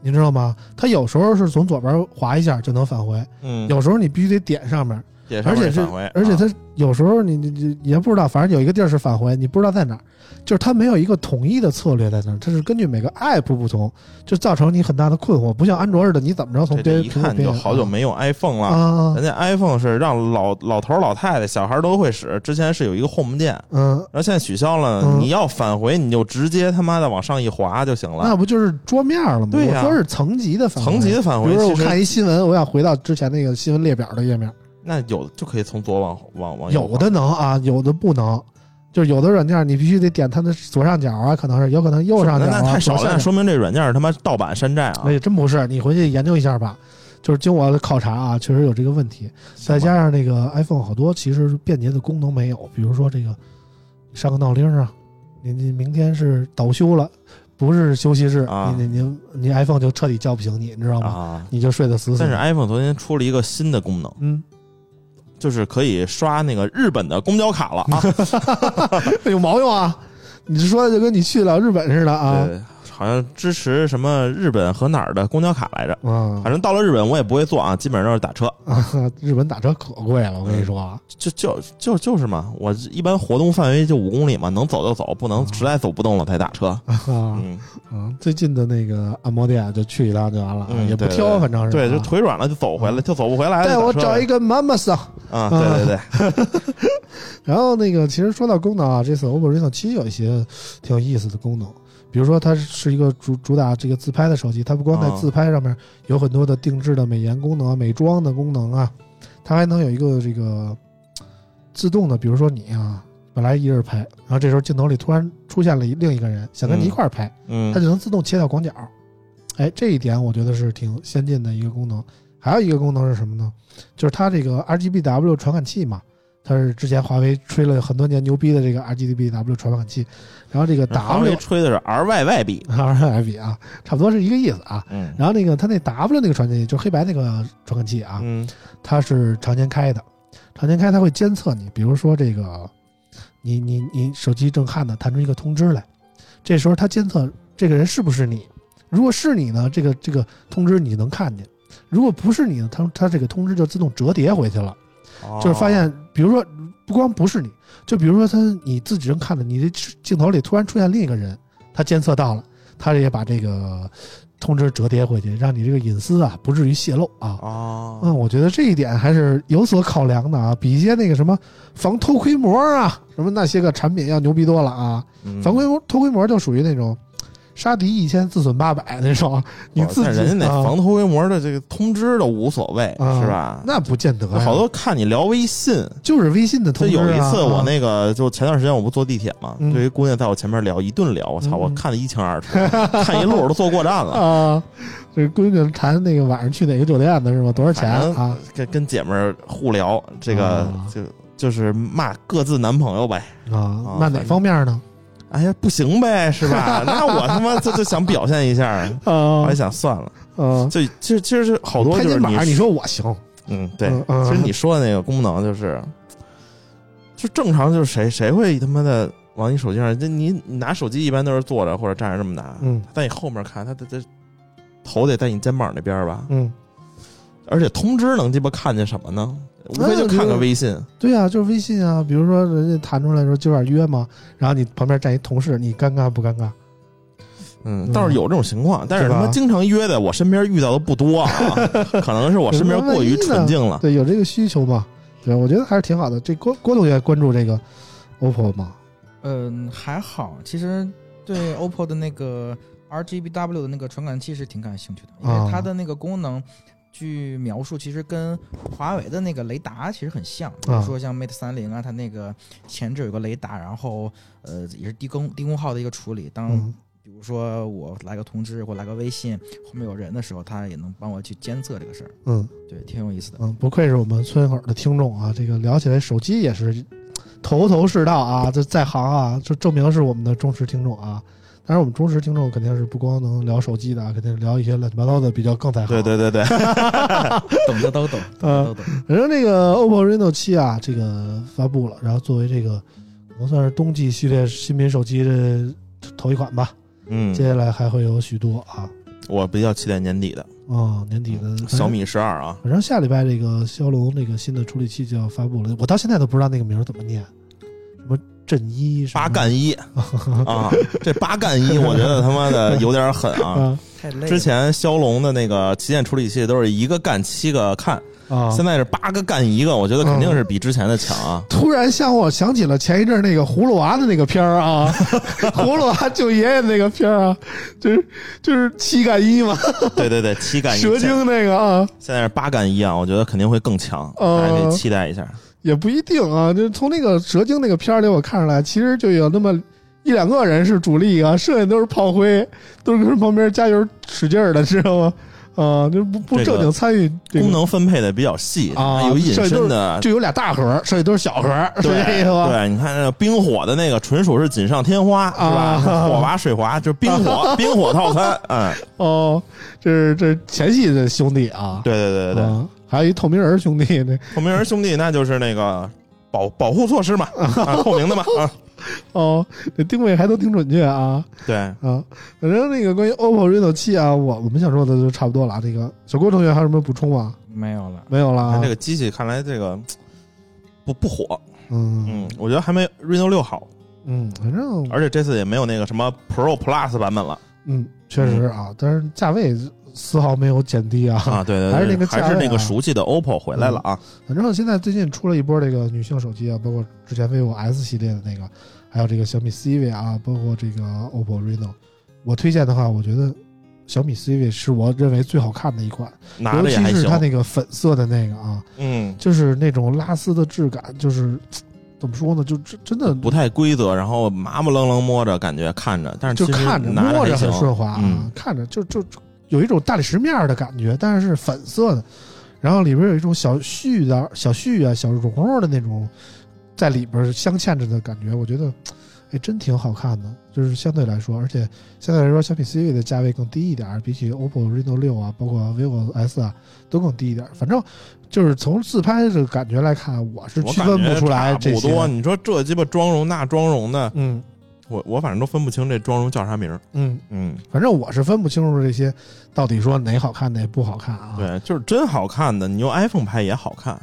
S2: 你知道吗？它有时候是从左边滑一下就能返回，
S3: 嗯，
S2: 有时候你必须得点上面，
S3: 也
S2: 而且
S3: 是
S2: 这
S3: 返回，
S2: 而且
S3: 啊
S2: 它有时候你你你也不知道，反正有一个地儿是返回，你不知道在哪儿，就是它没有一个统一的策略在那儿，它是根据每个 app 不同，就造成你很大的困惑，不像安卓似的，你怎么着从
S3: 这
S2: 边
S3: 一看
S2: 边
S3: 就好久没用 iPhone 了。
S2: 啊啊
S3: 人家 iPhone 是让老老头儿老太太、小孩儿都会使，之前是有一个 Home 键，
S2: 嗯。
S3: 然后现在取消了。
S2: 嗯
S3: 你要返回，你就直接他妈的往上一滑就行了
S2: 那。不就是桌面了吗？
S3: 对呀
S2: 我说是层级的返回，
S3: 层级的返
S2: 比
S3: 回
S2: 如说
S3: 其
S2: 我
S3: 实哦
S2: 看一新闻，我想回到之前那个新闻列表的页面，
S3: 那有就可以从左往往往右
S2: 有的能啊，有的不能。就是有的软件你必须得点它的左上角啊，可能是有可能右上
S3: 那
S2: 角啊，
S3: 那太少
S2: 左
S3: 了，
S2: 下
S3: 那
S2: 角。
S3: 说明这软件是他妈盗版山寨啊
S2: 哎，！真不是，你回去研究一下吧。就是经我的考察啊，确实有这个问题。再加上那个 iPhone 好多其实便捷的功能没有，比如说这个上个闹铃啊，你你明天是倒休了，不是休息日，
S3: 啊
S2: 你你你你 iPhone 就彻底叫不醒你，你知道吗？
S3: 啊，
S2: 你就睡得死死
S3: 但
S2: 的。
S3: 是 iPhone 昨天出了一个新的功能，
S2: 嗯，
S3: 就是可以刷那个日本的公交卡了啊！
S2: 有毛用啊！你是说的就跟你去了日本似的啊？
S3: 对，好像支持什么日本和哪儿的公交卡来着？
S2: 啊
S3: 反正到了日本我也不会坐啊，基本上都是打车。
S2: 啊！日本打车可贵了，我跟你说啊，
S3: 就就就就是嘛，我一般活动范围就五公里嘛，能走就走，不能实在走不动了才打车。
S2: 啊
S3: 嗯，
S2: 啊！最近的那个按摩店就去一趟就完了啊，
S3: 嗯
S2: 也不
S3: 对对
S2: 挑，
S3: 对
S2: 反正是啊
S3: 对，就腿软了就走回来，就走不回来了。
S2: 带我
S3: 打车
S2: 找一个妈妈桑
S3: 啊，对对对，
S2: 然后那个，其实说到功能啊，这次 OPPO Reno 7有一些挺有意思的功能，比如说它是一个主主打这个自拍的手机，它不光在
S3: 啊
S2: 自拍上面有很多的定制的美颜功能、啊、美妆的功能啊，它还能有一个这个自动的，比如说你啊，本来一人拍，然后这时候镜头里突然出现了一另一个人，想跟你一块儿拍，
S3: 嗯
S2: 它就能自动切到广角。哎，这一点我觉得是挺先进的一个功能。还有一个功能是什么呢？就是它这个 RGBW 传感器嘛，它是之前华为吹了很多年牛逼的这个 RGBW 传感器，然后这个
S3: 嗯华为
S2: W
S3: 吹的是 RYYB，
S2: RGB 啊，差不多是一个意思啊。
S3: 嗯
S2: 然后那个它那 W 那个传感器，就是黑白那个传感器啊，
S3: 嗯
S2: 它是常年开的，常年开它会监测你，比如说这个，你你你手机正看呢，弹出一个通知来，这时候它监测这个人是不是你，如果是你呢，这个这个通知你能看见；如果不是你呢，它它这个通知就自动折叠回去了，
S3: 哦
S2: 啊就是发现，比如说不光不是你，就比如说他你自己人看的，你的镜头里突然出现另一个人，他监测到了，他也把这个通知折叠回去，让你这个隐私啊不至于泄露啊。
S3: 哦
S2: 嗯，我觉得这一点还是有所考量的啊，比一些那个什么防偷窥膜啊，什么那些个产品要牛逼多了啊。
S3: 嗯
S2: 防窥膜、偷窥膜就属于那种杀敌一千自损八百那种，你自己
S3: 哦但人家那
S2: 啊
S3: 防偷窥膜的这个通知都无所谓，
S2: 啊
S3: 是吧？
S2: 那不见得呀，
S3: 好多看你聊微信，
S2: 就是微信的
S3: 就
S2: 通知、啊。
S3: 有一次我
S2: 啊
S3: 那个，就前段时间我不坐地铁嘛，
S2: 嗯
S3: 就一姑娘在我前面聊，一顿聊，我操，
S2: 嗯
S3: 我看得一清二楚，看一路我都坐过站了。
S2: 啊，这闺女谈那个晚上去哪个酒店的是吗？多少钱
S3: 反
S2: 啊？
S3: 跟跟姐们儿互聊，这个
S2: 啊
S3: 就就是骂各自男朋友呗。
S2: 啊
S3: 啊，
S2: 那哪方面呢？
S3: 哎呀，不行呗，是吧？那我他妈就就想表现一下，
S2: 啊
S3: 我也想算了。
S2: 啊，
S3: 就其实其实是好多
S2: 拍
S3: 就是
S2: 肩膀
S3: 你，
S2: 你说我行，
S3: 嗯，对，
S2: 嗯嗯
S3: 其实你说的那个功能就是，就正常就是谁谁会他妈的往你手机上，这你你拿手机一般都是坐着或者站着这么拿，
S2: 嗯
S3: 在你后面看，他他他头得在你肩膀那边吧，
S2: 嗯，
S3: 而且通知能鸡巴看见什么呢？无非就看个微信，
S2: 对呀、就是微信啊，比如说人家弹出来说今晚约吗？然后你旁边站一同事，你尴尬不尴尬？
S3: 嗯，倒是有这种情况，但是
S2: 对吧
S3: 他妈经常约的，我身边遇到的不多啊，可能是我身边过于纯净了，
S2: 对，有这个需求嘛？对，我觉得还是挺好的。这郭郭同学关注这个 OPPO 嘛，
S4: 嗯，还好，其实 对 OPPO 的那个 RGBW 的那个传感器是挺感兴趣的，因
S2: 啊
S4: 为它的那个功能，据描述其实跟华为的那个雷达其实很像，比如说像 Mate 三零啊，它那个前置有个雷达，然后呃也是低功低功耗的一个处理，当
S2: 嗯
S4: 比如说我来个通知或来个微信后面有人的时候，它也能帮我去监测这个事儿，
S2: 嗯
S4: 对，挺有意思的。
S2: 嗯，不愧是我们村口的听众啊，这个聊起来手机也是头头是道啊，这在行啊，这证明是我们的忠实听众啊。当然，我们忠实听众肯定是不光能聊手机的啊，肯定是聊一些乱七八糟的比啊较更在行。
S3: 对对对对，
S4: 懂的都懂，懂
S2: 啊
S4: 的都懂。
S2: 反正这个 OPPO Reno 7啊，这个发布了，然后作为这个可能算是冬季系列新品手机的头一款吧。
S3: 嗯，
S2: 接下来还会有许多啊，
S3: 我比较期待年底的
S2: 哦，年底的
S3: 嗯小。米十二啊，
S2: 反正下礼拜这个骁龙那个新的处理器就要发布了，我到现在都不知道那个名儿怎么念，什么震一什么
S3: 八干一啊，这八干一，我觉得他妈的有点狠 啊。
S2: 啊
S4: 太累了。
S3: 之前骁龙的那个旗舰处理器都是一个干七个看，
S2: 啊！
S3: 现在是八个干一个，我觉得肯定是比之前的强啊。
S2: 突然向我想起了前一阵儿那个葫芦娃的那个片儿 啊，葫芦娃救爷爷那个片儿啊，就是就是七干一嘛，
S3: 对对对，七干一，
S2: 蛇精那个啊，
S3: 现在是八干一啊，我觉得肯定会更强，
S2: 呃
S3: 大家可以期待一下。
S2: 也不一定啊。就是从那个蛇精那个片儿里我看出来，其实就有那么一两个人是主力啊，剩下都是炮灰，都是跟旁边加油使劲儿的，知道吗？啊，就不不
S3: 这个
S2: 正经参与这个
S3: 功能分配的比较细，
S2: 啊
S3: 有隐
S2: 这都
S3: 身的。
S2: 就有俩大盒，剩下都是小盒，是
S3: 对
S2: 这意思吧？
S3: 对，你看那冰火的那个纯属是锦上添花，是吧？
S2: 啊
S3: 火娃水滑就是冰 火冰火套餐，嗯，
S2: 哦，这是这是前戏的兄弟啊，
S3: 对对对对对，
S2: 啊还有一透明人兄弟那
S3: 透明人兄弟那就是那个保保护措施嘛，啊透明的嘛，啊，
S2: 哦，这定位还都挺准确啊
S3: 对，
S2: 啊！反正那个关于 OPPO Reno 7啊，我我们想说的就差不多了啊。这个小郭同学还有什么补充吗？
S4: 没有了，
S2: 没有了啊
S3: 哎看这。个机器看来这个不不火，
S2: 嗯
S3: 嗯，我觉得还没 Reno 六好，
S2: 嗯，反正
S3: 而且这次也没有那个什么 Pro Plus 版本了。
S2: 嗯，确实啊，但是价位丝毫没有减低啊。
S3: 嗯 啊，对对对，
S2: 还是那个价位啊
S3: 还是那个熟悉的 OPPO 回来了啊，
S2: 反正现在最近出了一波这个女性手机啊，包括之前 vivo S 系列的那个，还有这个小米 CV 啊，包括这个 OPPO Reno。我推荐的话，我觉得小米 CV 是我认为最好看的一款，
S3: 拿
S2: 嗯尤
S3: 着也
S2: 其
S3: 还
S2: 是
S3: 行
S2: 它。那个粉色的那个啊，
S3: 嗯，
S2: 就是那种拉丝的质感，就是怎么说呢，就真真的
S3: 不太规则，然后麻麻愣愣摸着，感觉看着，但是
S2: 就
S3: 其实
S2: 看着
S3: 拿
S2: 摸
S3: 着
S2: 着
S3: 还
S2: 很
S3: 行
S2: 顺滑啊，
S3: 嗯
S2: 看着就就就有一种大理石面儿的感觉，但是是粉色的，然后里边有一种小絮的小絮啊、小绒绒的那种在里边镶嵌着的感觉，我觉得哎真挺好看的，就是相对来说，而且相对来说小米 CV 的价位更低一点儿，比起 OPPO Reno 六啊，包括 vivo S 啊都更低一点儿，反正就是从自拍的感觉来看，我是
S3: 我
S2: 区
S3: 感
S2: 分
S3: 觉
S2: 出来
S3: 差
S2: 这
S3: 不
S2: 些
S3: 多。，你说这鸡巴妆容那妆容的，
S2: 嗯
S3: 我我反正都分不清这妆容叫啥名儿。
S2: 嗯，
S3: 嗯，
S2: 反正我是分不清楚这些到底说哪好看哪不好看啊。
S3: 对，就是真好看的，你用 iPhone 拍也好看，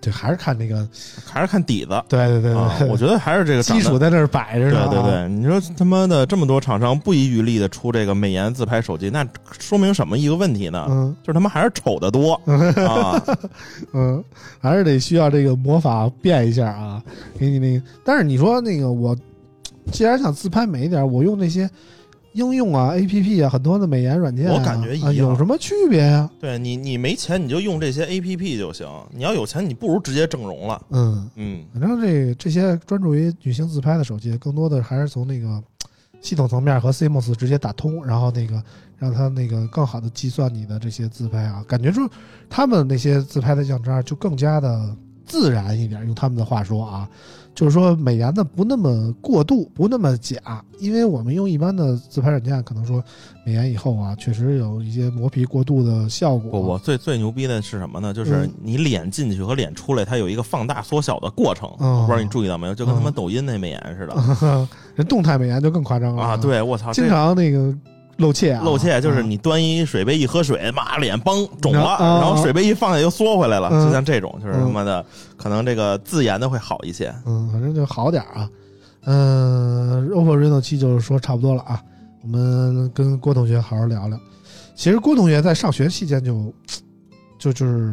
S2: 对，还是看那个，
S3: 还是看底子。
S2: 对对对
S3: 啊
S2: 对，，
S3: 我觉得还是这个长
S2: 基
S3: 得
S2: 础在那儿摆着啊
S3: 对
S2: 呢。
S3: 对，对，你说他妈的这么多厂商不遗余力的出这个美颜自拍手机，那说明什么一个问题呢？
S2: 嗯
S3: 就是他妈还是丑 的多啊！
S2: 嗯，还是得需要这个魔法变一下啊，给你那个。但是你说那个我，既然想自拍美一点，我用那些应用啊、A P P 啊，很多的美颜软件啊、
S3: 我感觉一样
S2: 啊有什么区别呀、
S3: 对你，你没钱你就用这些 A P P 就行，你要有钱你不如直接整容了。
S2: 嗯，
S3: 嗯，
S2: 反正这这些专注于女性自拍的手机，更多的还是从那个系统层面和 CMOS 直接打通，然后那个让它那个更好的计算你的这些自拍啊，感觉出他们那些自拍的样张就更加的自然一点，用他们的话说啊，就是说美颜的不那么过度，不那么假，因为我们用一般的自拍软件，可能说美颜以后啊，确实有一些磨皮过度的效果。啊
S3: 不，我最最牛逼的是什么呢？就是
S2: 嗯
S3: 你脸进去和脸出来，它有一个放大缩小的过程。
S2: 哦
S3: 我不知道你注意到没有，就跟他妈
S2: 嗯
S3: 抖音那美颜似的、
S2: 人动态美颜就更夸张了
S3: 啊！，对，我操，这
S2: 哦经常那个露怯啊，
S3: 露怯就是
S2: 嗯
S3: 你端一水杯一喝水，妈脸崩肿
S2: 然
S3: 了，
S2: 后哦
S3: 然后水杯一放下又缩回来了，
S2: 嗯
S3: 就像这种就是他妈的，可能这个自研的会好一些。
S2: 嗯，反正就好点儿啊。嗯、o p p o Reno 七就是说差不多了啊，我们跟郭同学好好聊聊。其实郭同学在上学期间就就就是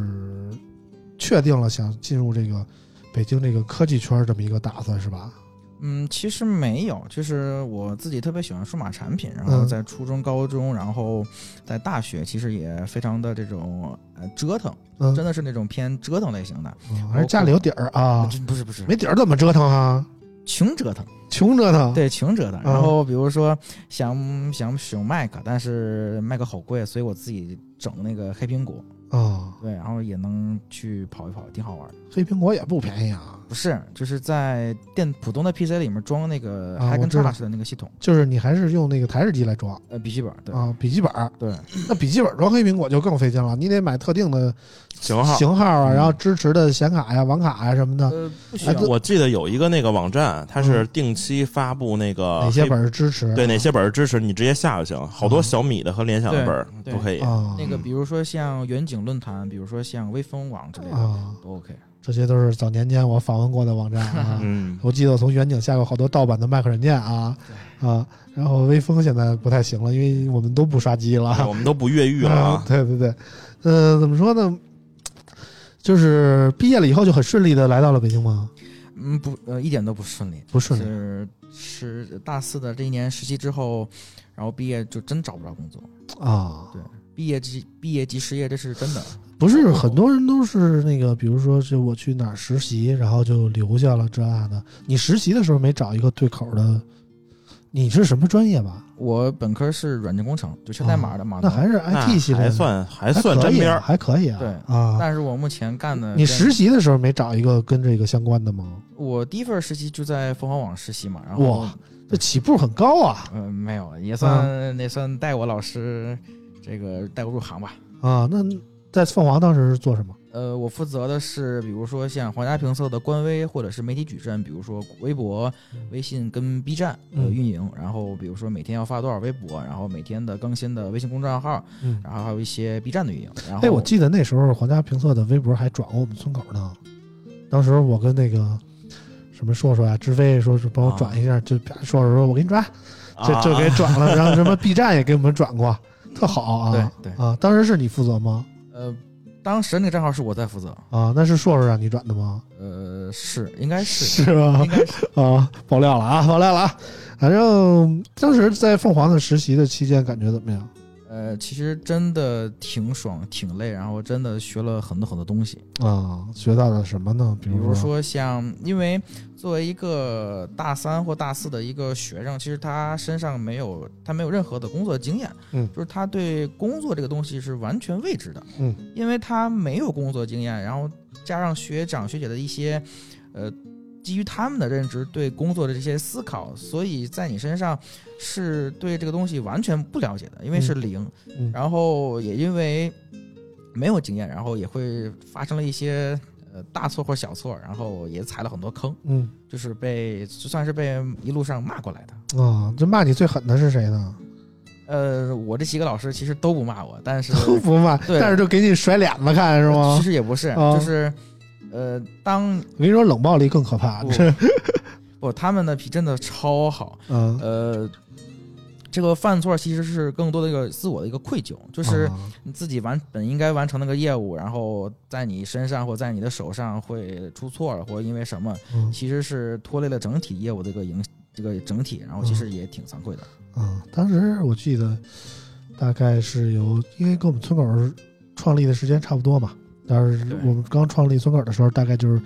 S2: 确定了想进入这个北京这个科技圈儿这么一个打算是吧？
S4: 嗯，其实没有，就是我自己特别喜欢数码产品，然后
S2: 嗯
S4: 在初中、高中，然后在大学，其实也非常的这种呃折腾，
S2: 嗯，
S4: 真的是那种偏折腾类型的。
S2: 嗯还是家里有底儿啊，
S4: 这不是不是，
S2: 没底儿怎么折腾啊？
S4: 穷折腾，
S2: 穷折腾。，
S4: 对，穷折腾。
S2: 嗯
S4: 然后比如说想想使用 Mac，但是 Mac 好贵，所以我自己整那个黑苹果，
S2: 啊，
S4: 对，然后也能去跑一跑，挺好玩的。
S2: 黑苹果也不便宜啊，
S4: 不是，就是在电普通的 PC 里面装那个
S2: 啊
S4: Hack
S2: 我
S4: and
S2: 知道
S4: Slash 的那个系统，
S2: 就是你还是用那个台式机来装
S4: 呃，笔记本，对
S2: 啊，笔记本儿。
S4: 对。
S2: 那笔记本装黑苹果就更费劲了，你得买特定的
S3: 型号
S2: 型号啊，
S4: 嗯
S2: 然后支持的显卡呀、网卡呀什么的，
S4: 呃，不需
S2: 哎
S4: 要。
S2: 对嗯
S3: 啊我记得有一个那个网站，它是定期发布那个
S2: 哪些
S3: 呃黑
S2: 本儿支持？
S3: 对哪些本儿支持，你直接下就行。好多小米的和联想的本儿
S4: 对
S3: 都可以。
S2: 啊
S4: 那个比如说像远景论坛，比如说像微风网之类的，
S2: 啊，
S4: 都 OK。
S2: 这些都是早年间我访问过的网站 啊。
S3: 嗯，
S2: 我记得我从远景下过好多盗版的 Mac 软件啊啊，然后微风现在不太行了，因为我们都不刷机了。
S3: 我们都不越狱了
S2: 啊
S3: 啊！
S2: 对对对，呃，怎么说呢？就是毕业了以后就很顺利的来到了北京吗？
S4: 嗯，不，呃，一点都不顺利。
S2: 不顺利
S4: 是是大四的这一年实习之后，然后毕业就真找不着工作，
S2: 啊，
S4: 毕业即毕业即失业，这是真的。
S2: 不是很多人都是那个，比如说是我去哪儿实习，然后就留下了这那的。你实习的时候没找一个对口的，你是什么专业吧？
S4: 我本科是软件工程，就全代码的码
S2: 啊那嗯
S4: 农。
S2: 还是
S3: 那
S2: IT 系列的，
S3: 哎还算还
S2: 还
S3: 算
S2: 可
S3: 沾
S2: 以
S3: 边
S2: 啊，
S3: 儿。
S2: 还可以啊。
S4: 对
S2: 啊，
S4: 但是我目前干的，
S2: 你实？习的时候没找一个跟这个相关的吗？
S4: 我第一份实习就在凤凰网实习嘛，然后
S2: 哇，这起步很高啊
S4: 嗯、没有，也算也算带我老师这个带我入行吧。
S2: 啊！那在凤凰当时是做什么？
S4: 呃，我负责的是，比如说像皇家评测的官微或者是媒体矩阵，比如说微博、微信跟 B 站呃
S2: 嗯
S4: 运营，然后比如说每天要发多少微博，然后每天的更新的微信公众号，
S2: 嗯，
S4: 然后还有一些 B 站的运营。然后
S2: 哎，我记得那时候皇家评测的微博还转过我们村口呢。当时我跟那个什么硕硕啊、知飞说是帮我转一下，就啪硕硕说我给你转，
S3: 啊
S2: 这这给转了，然后什么 B 站也给我们转过，特好啊！
S4: 对对
S2: 啊，当时是你负责吗？
S4: 呃，当时那个账号是我在负责，
S2: 啊，那是硕硕让你转的吗？
S4: 呃，是应该是，哎
S2: 是吧
S4: 应？该是，
S2: 啊，爆料了啊，爆料了啊！反正当时在凤凰的实习的期间，感觉怎么样？
S4: 呃，其实真的挺爽，挺累，然后真的学了很多很多东西，
S2: 啊，学到了什么呢？比
S4: 比如说像，因为作为一个大三或大四的一个学生，其实他身上没有他没有任何的工作经验，
S2: 嗯
S4: 就是他对工作这个东西是完全未知的，
S2: 嗯，
S4: 因为他没有工作经验，然后加上学长学姐的一些，呃，基于他们的认知对工作的这些思考，所以在你身上是对这个东西完全不了解的，因为是零，
S2: 嗯
S4: 然后也因为没有经验，然后也会发生了一些呃大错或小错，然后也踩了很多坑，
S2: 嗯
S4: 就是被就算是被一路上骂过来的。
S2: 啊，这骂你最狠的是谁呢？
S4: 呃，我这几个老师其实都不骂我，但是
S2: 都 不骂，
S4: 对
S2: 但是就给你甩脸子看是吗
S4: 其？实也不是，
S2: 啊
S4: 就是呃，当
S2: 我跟你说，冷暴力更可怕。
S4: 不
S2: 这，
S4: 不他们的脾气真的超好，
S2: 嗯，
S4: 呃。这个犯错其实是更多的一个自我的一个愧疚，就是
S2: 啊
S4: 你自己完本应该完成那个业务，然后在你身上或在你的手上会出错了，或者因为什么，
S2: 嗯
S4: 其实是拖累了整体业务的一个影这个整体，然后
S2: 嗯
S4: 其实也挺惭愧的。
S2: 啊，当时我记得大概是有，因为跟我们村口创立的时间差不多嘛。但是
S4: 对
S2: 我们刚创立村口的时候，大概就是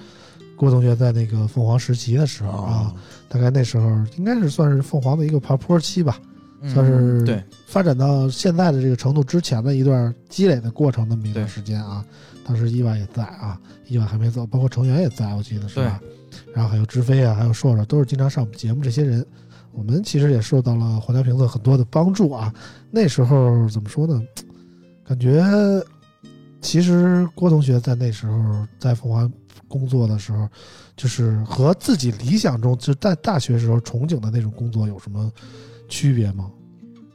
S2: 郭同学在那个凤凰实习的时候
S4: 哦
S3: 哦
S2: 啊，大概那时候应该是算是凤凰的一个爬坡期吧，
S4: 嗯
S2: 算是
S4: 对，
S2: 发展到现在的这个程度之前的一段积累的过程那么一段
S4: 对
S2: 时间啊。当时伊娃也在啊，伊娃还没走，包括成员也在，我记得是吧？然后还有知飞啊，还有硕硕，都是经常上我们节目这些人，我们其实也受到了皇家评测很多的帮助啊。那时候怎么说呢？感觉其实郭同学在那时候在凤凰工作的时候，就是和自己理想中就在大学时候憧憬的那种工作有什么区别吗？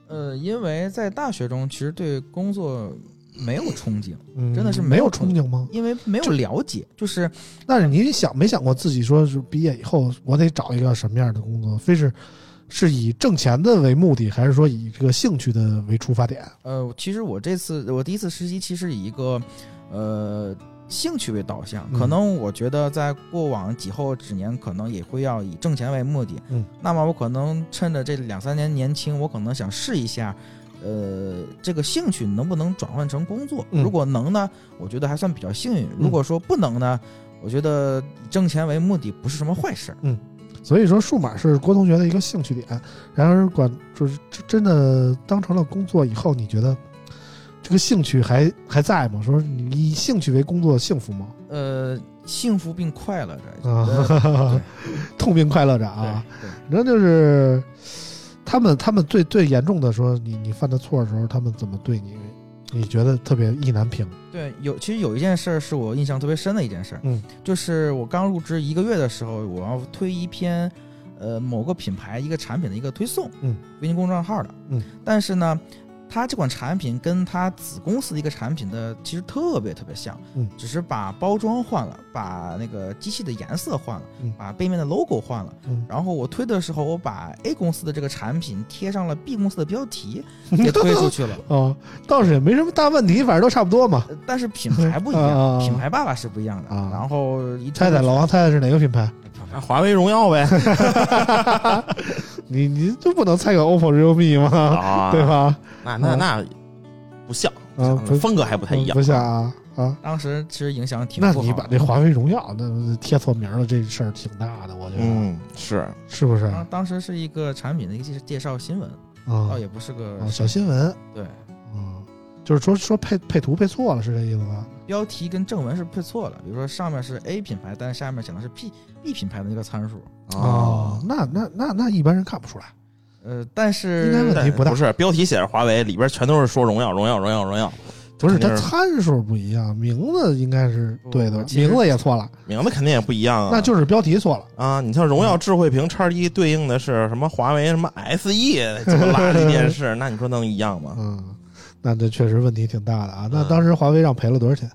S4: 呃，因为在大学中其实对工作没有憧憬，
S2: 嗯
S4: 真的是
S2: 没
S4: 没
S2: 有
S4: 有
S2: 憧憬吗？
S4: 因为没有了解，就是
S2: 但是你想没想过自己说是毕业以后我得找一个什么样的工作？非是是以挣钱的为目的，还是说以这个兴趣的为出发点？
S4: 呃，其实我这次我第一次实习，其实以一个呃兴趣为导向，
S2: 嗯
S4: 可能我觉得在过往几后几年，可能也会要以挣钱为目的。
S2: 嗯，
S4: 那么我可能趁着这两三年年轻，我可能想试一下。呃，这个兴趣能不能转换成工作？
S2: 嗯
S4: 如果能呢，我觉得还算比较幸运；如果说不能呢，我觉得以挣钱为目的不是什么坏事儿。
S2: 所以说，数码是郭同学的一个兴趣点。然而，管就是真真的当成了工作以后，你觉得这个兴趣还还在吗？说你以兴趣为工作幸福吗？
S4: 呃，幸福并快乐着。呃
S2: 啊，痛并快乐着啊！
S4: 对对
S2: 反正就是他们，他们最最严重的说你你犯的错的时候，他们怎么对你，你觉得特别意难平。
S4: 对，有其实有一件事儿是我印象特别深的一件事儿，
S2: 嗯，
S4: 就是我刚入职一个月的时候，我要推一篇，呃，某个品牌一个产品的一个推送，
S2: 嗯，
S4: 微信公众号的，
S2: 嗯，
S4: 但是呢，它这款产品跟它子公司的一个产品的其实特别特别像，
S2: 嗯
S4: 只是把包装换了，把那个机器的颜色换了，
S2: 嗯
S4: 把背面的 logo 换了，
S2: 嗯，
S4: 然后我推的时候，我把 A 公司的这个产品贴上了 B 公司的标 题，也推出去了。
S2: 啊，倒是也没什么大问题，反正都差不多嘛。
S4: 呃但是品牌不一
S2: 啊啊
S4: 样，
S2: 啊
S4: 品牌爸爸是不一样的。
S2: 啊
S4: 然后一
S2: 猜猜老王猜猜是哪个品牌？
S3: 啊华为、荣耀呗，
S2: 你你就不能猜个 OPPO、realme 吗？
S3: 啊
S2: 对？吧？
S3: 那那那不像，不
S2: 啊
S3: 像
S2: 不
S3: 风格还不太一样，
S2: 不像啊啊！
S4: 当时其实影响挺
S2: 那
S4: 不
S2: 你
S4: 好
S2: 把
S4: 的。
S2: 这华为、荣耀那贴错名了，这事儿挺大的，我觉得、
S3: 嗯，是
S2: 是不是？
S4: 当当时是一个产品的一个介介绍新闻，
S2: 啊
S4: 嗯倒也不是个
S2: 啊，小新闻
S4: 对
S2: 啊，就是说说配配图配错了，是这意思吧？
S4: 标题跟正文是配错了，比如说上面是 A 品牌，但是下面讲的是 P B 品牌的一个参数。
S2: 哦，，那那那那一般人看不出来。
S4: 呃，但
S2: 应该问题
S4: 是
S3: 但
S2: 不大
S3: 是标题写着华为，里边全都是说荣耀、荣耀、荣耀、荣耀，
S2: 不是，
S3: 肯定
S2: 它
S3: 是
S2: 参数不一样，名字应该是
S4: 不
S2: 对的，
S4: 其实
S2: 名字也错了，
S3: 名字肯定也不一样啊。
S2: 那就是标题错了。
S3: 啊，你像荣
S2: 嗯
S3: 耀智慧屏叉一对应的是什么华为什么 SE 这么拉的电视，那你说能一样 吗？
S2: 嗯，那这确实问题挺大的啊。那
S3: 嗯
S2: 当时华为让赔了多少钱？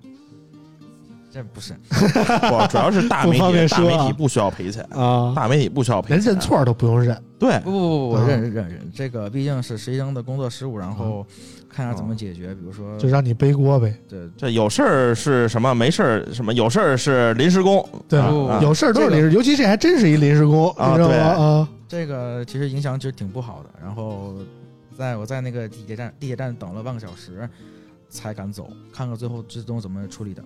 S4: 这不是
S3: 不，主要是大
S2: 不
S3: 媒
S2: 方
S3: 体，
S2: 便
S3: 大
S2: 说
S3: 媒
S2: 啊
S3: 体不需要赔钱，
S2: 啊，
S3: 大媒体不需要赔
S2: 连
S3: 钱，
S2: 认错都不用认，
S3: 对
S4: 不不不不，
S2: 啊啊
S4: 我认认认，这个毕竟是实习生的工作失误，然后看下怎么解决，比如说
S2: 就让你背锅呗。
S4: 这
S3: 这有事儿是什么？没事儿什么？有事儿是临时工，
S2: 对
S3: 啊
S4: 不
S3: 啊
S2: 有事儿都是临时，尤其这还真是一临时工，
S3: 啊
S2: 你知道吗？
S3: 对
S2: 啊，
S4: 这个其实影响其实挺不好的。然后在我在那个地铁站地铁站等了半个小时才敢走，看看最后最终怎么处理的。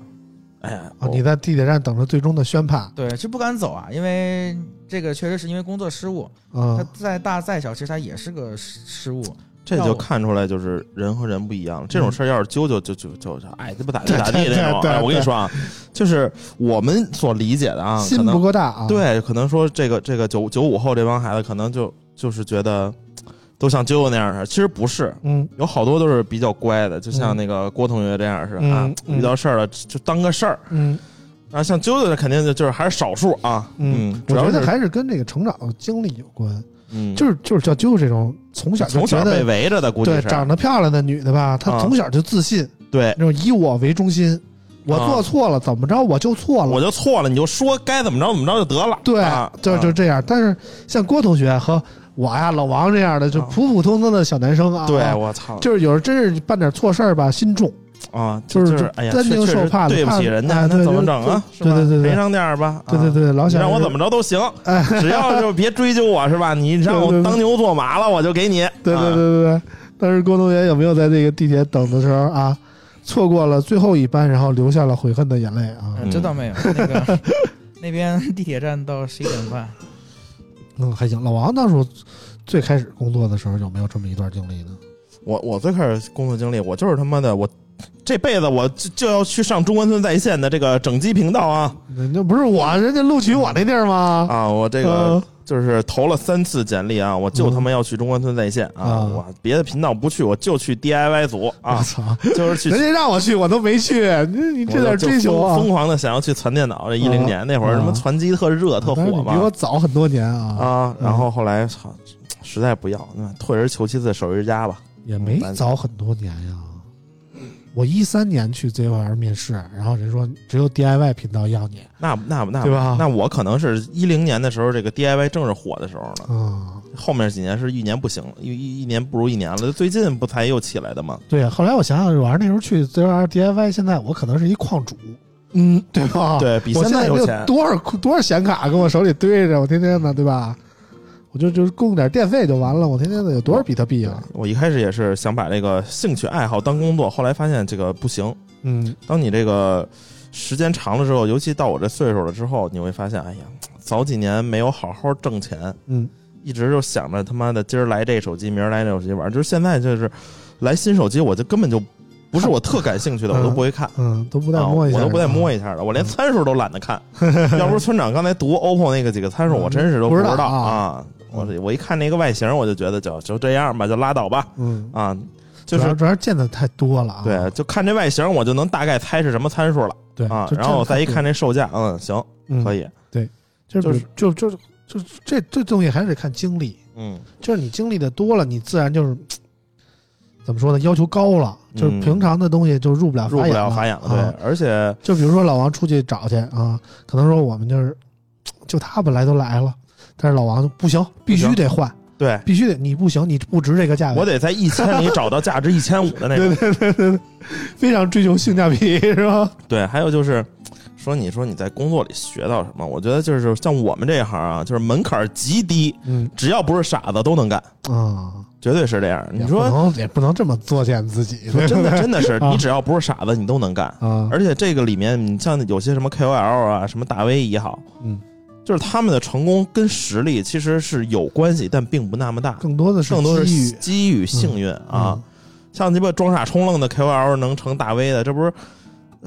S3: 哎呀
S2: 啊，你在地铁站等着最终的宣判
S4: 对，其实不敢走啊，因为这个确实是因为工作失误。他
S2: 啊，
S4: 再大再小，其实他也是个失失误。
S2: 哦
S3: 这
S4: 要
S3: 就
S4: 我
S3: 看出来，就是人和人不一样了。这种事儿要是揪揪就就就就哎，这不咋地咋地
S2: 嗯对对
S3: 那种。
S2: 对
S3: 哎，我跟你
S2: 对
S3: 说啊，就是我们所理解的啊，可
S2: 心不
S3: 能
S2: 够大啊，
S3: 对，可能说这个这个九九五后这帮孩子，可能就就是觉得都像揪揪那样似的。其实不是，
S2: 嗯，
S3: 有好多都是比较乖的，就像
S2: 嗯
S3: 那个郭同学这样似的
S2: 嗯
S3: 啊，
S2: 嗯
S3: 遇到事儿了就当个事儿。
S2: 嗯
S3: 啊，像揪揪的肯定就就是还是少数啊。
S2: 嗯，
S3: 主
S2: 我
S3: 要
S2: 觉
S3: 是
S2: 得还是跟这个成长经历有关，
S3: 嗯，
S2: 就是就是叫就是这种从小就
S3: 从
S2: 觉
S3: 小
S2: 得
S3: 被围着的，估计
S2: 对
S3: 是
S2: 长得漂亮的女的吧，她
S3: 啊
S2: 从小就自信，
S3: 对。
S2: 那种以我为中心，我
S3: 啊
S2: 做错了怎么着我就错
S3: 我
S2: 了，
S3: 就错了，你就说该怎么着怎么着就得了。
S2: 对
S3: 啊，
S2: 就
S3: 啊
S2: 就这样。但是像郭同学和我呀老王这样的，就
S3: 啊
S2: 普普通通的小男生啊，
S3: 对，
S2: 啊
S3: 我操，
S2: 就是有时候真是办点错事儿吧，心重，
S3: 啊，
S2: 就是
S3: 是
S2: 就
S3: 哎呀，
S2: 担惊
S3: 确
S2: 受怕的
S3: 确实对不起
S2: 怕
S3: 人
S2: 哎
S3: 家，
S2: 对
S3: 那怎么
S2: 就
S3: 整啊？
S2: 对对对对
S3: 赔偿点儿吧。啊
S2: 对对，对，老
S3: 你
S2: 想
S3: 让我
S2: 着
S3: 怎么着都行，
S2: 哎，
S3: 只要就别追究我是 吧？你
S2: 对
S3: 让
S2: 对
S3: 我
S2: 对
S3: 当牛做马了，我就给你。
S2: 对对对
S3: 啊，
S2: 对对。但是郭同学有没有在这个地铁等的时候啊，错过了最后一班，然后流下了悔恨的眼泪啊？
S4: 嗯，这 倒没有。那个那边地铁站到十一点半，
S2: 嗯，还行。老王当初最开始工作的时候有没有这么一段经历呢？
S3: 我我最开始工作经历，我就是他妈的我。这辈子我就就要去上中关村在线的这个整机频道啊
S2: 那那不是我，人家录取我那地儿吗？呃
S3: 啊！我这个就是投了三次简历啊，我就他妈要去中关村在线啊！
S2: 啊
S3: 我别的频道不去，我就去 DIY 组
S2: 我
S3: 啊，
S2: 操！
S3: 就是去
S2: 人家让我去，我都没去。你哎你这点追求
S3: 我就
S2: 啊
S3: 疯！疯狂的想要去攒电脑。这一零
S2: 啊
S3: 年那会儿，什么
S2: 啊
S3: 攒机特热特
S2: 但是
S3: 火
S2: 你比我
S3: 嘛
S2: 早很多年啊，
S3: 啊，
S2: 嗯
S3: 然后后来操，实在不要，那退而求其次，守一之家吧。
S2: 也没
S3: 嗯
S2: 早很多年呀。我一三年去 ZOR 面试，然后人说只有 DIY 频道要你
S3: 那那那
S2: 对吧
S3: 那我可能是一零年的时候，这个 DIY 正是火的时候呢。
S2: 啊。
S3: 后面几年是一年不行，一一一年不如一年了。最近不才又起来的吗？
S2: 对呀，后来我想想，我那时候去 ZOR DIY，现在我可能是一矿主，嗯，对 吧？
S3: 对比
S2: 我
S3: 现
S2: 现
S3: 在
S2: 在
S3: 有
S2: 得
S3: 钱
S2: 多少多少显卡跟我手里堆着，我天天的，对吧？我就就是供点电费就完了，我天天的有多少比特币啊？
S3: 我一开始也是想把这个兴趣爱好当工作，后来发现这个不行。
S2: 嗯，
S3: 当你这个时间长了之后，尤其到我这岁数了之后，你会发现，哎呀，早几年没有好好挣钱，
S2: 嗯，
S3: 一直就想着他妈的今儿来这手机，明儿来那手机玩儿，就是现在就是来新手机，我就根本就不是我特感兴趣的，
S2: 嗯
S3: 我都不会看。
S2: 嗯，都不带
S3: 啊
S2: 摸一下、
S3: 我都不带摸
S2: 一
S3: 一下了，我连参数都懒 得看。要不是村长刚才读 OPPO 那个几个参数，
S2: 嗯
S3: 我真是都
S2: 不
S3: 知
S2: 知
S3: 道
S2: 道嗯
S3: 啊。我我一看那个外形，我就觉得就就这样吧，就拉倒吧
S2: 嗯，
S3: 啊。就
S2: 主
S3: 是
S2: 要主要是见的太多了啊。
S3: 对，就看这外形，我就能大概猜是什么参数了。
S2: 对
S3: 啊，
S2: 就
S3: 然后我再一看
S2: 这，
S3: 这售价，嗯，行，
S2: 嗯、
S3: 可
S2: 以，
S3: 以，
S2: 就是
S3: 就是
S2: 比就就就就这这东西还是得看经历，
S3: 嗯，
S2: 就是你经历的多了，你自然就是怎么说呢，要求高了，就是
S3: 嗯
S2: 平常的东西就入不了
S3: 入不
S2: 眼
S3: 了
S2: 了，
S3: 法眼了，
S2: 啊
S3: 对，而且
S2: 就比如说老王出去找去啊，可能说我们就是，就他本来都来了，但是老王就不行，必须得换，
S3: 对
S2: 必须得你不行，你不值这个价位，
S3: 我得在一千里找到价值一千五的那
S2: 哎对
S3: 种，
S2: 对对对，对非常追求性价比 是吧？
S3: 对，还有就是。说你说你在工作里学到什么？我觉得就是像我们这一行啊，就是门槛极低，
S2: 嗯
S3: 只要不是傻子都能干，
S2: 啊，
S3: 绝对是这样。你
S2: 也
S3: 说
S2: 不能也不能这么作践自己，
S3: 说真的， 真的是
S2: 啊
S3: 你只要不是傻子，你都能干。
S2: 啊，
S3: 而且这个里面，你像有些什么 KOL 啊，什么大 V 也好，
S2: 嗯，
S3: 就是他们的成功跟实力其实是有关系，但并不那么大。
S2: 更多的是
S3: 更多是
S2: 机遇嗯
S3: 机遇、幸运啊。像鸡巴装傻充愣的 KOL 能成大 V 的，这不是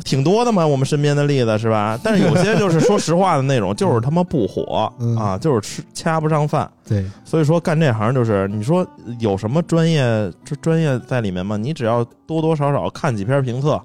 S3: 挺多的吗？我们身边的例子是吧？但是有些就是说实话的 那种，就是他妈不火
S2: 嗯
S3: 啊，就是吃掐不上饭。
S2: 对，
S3: 所以说干这行就是，你说有什么专业这专业在里面吗？你只要多多少少看几篇评测，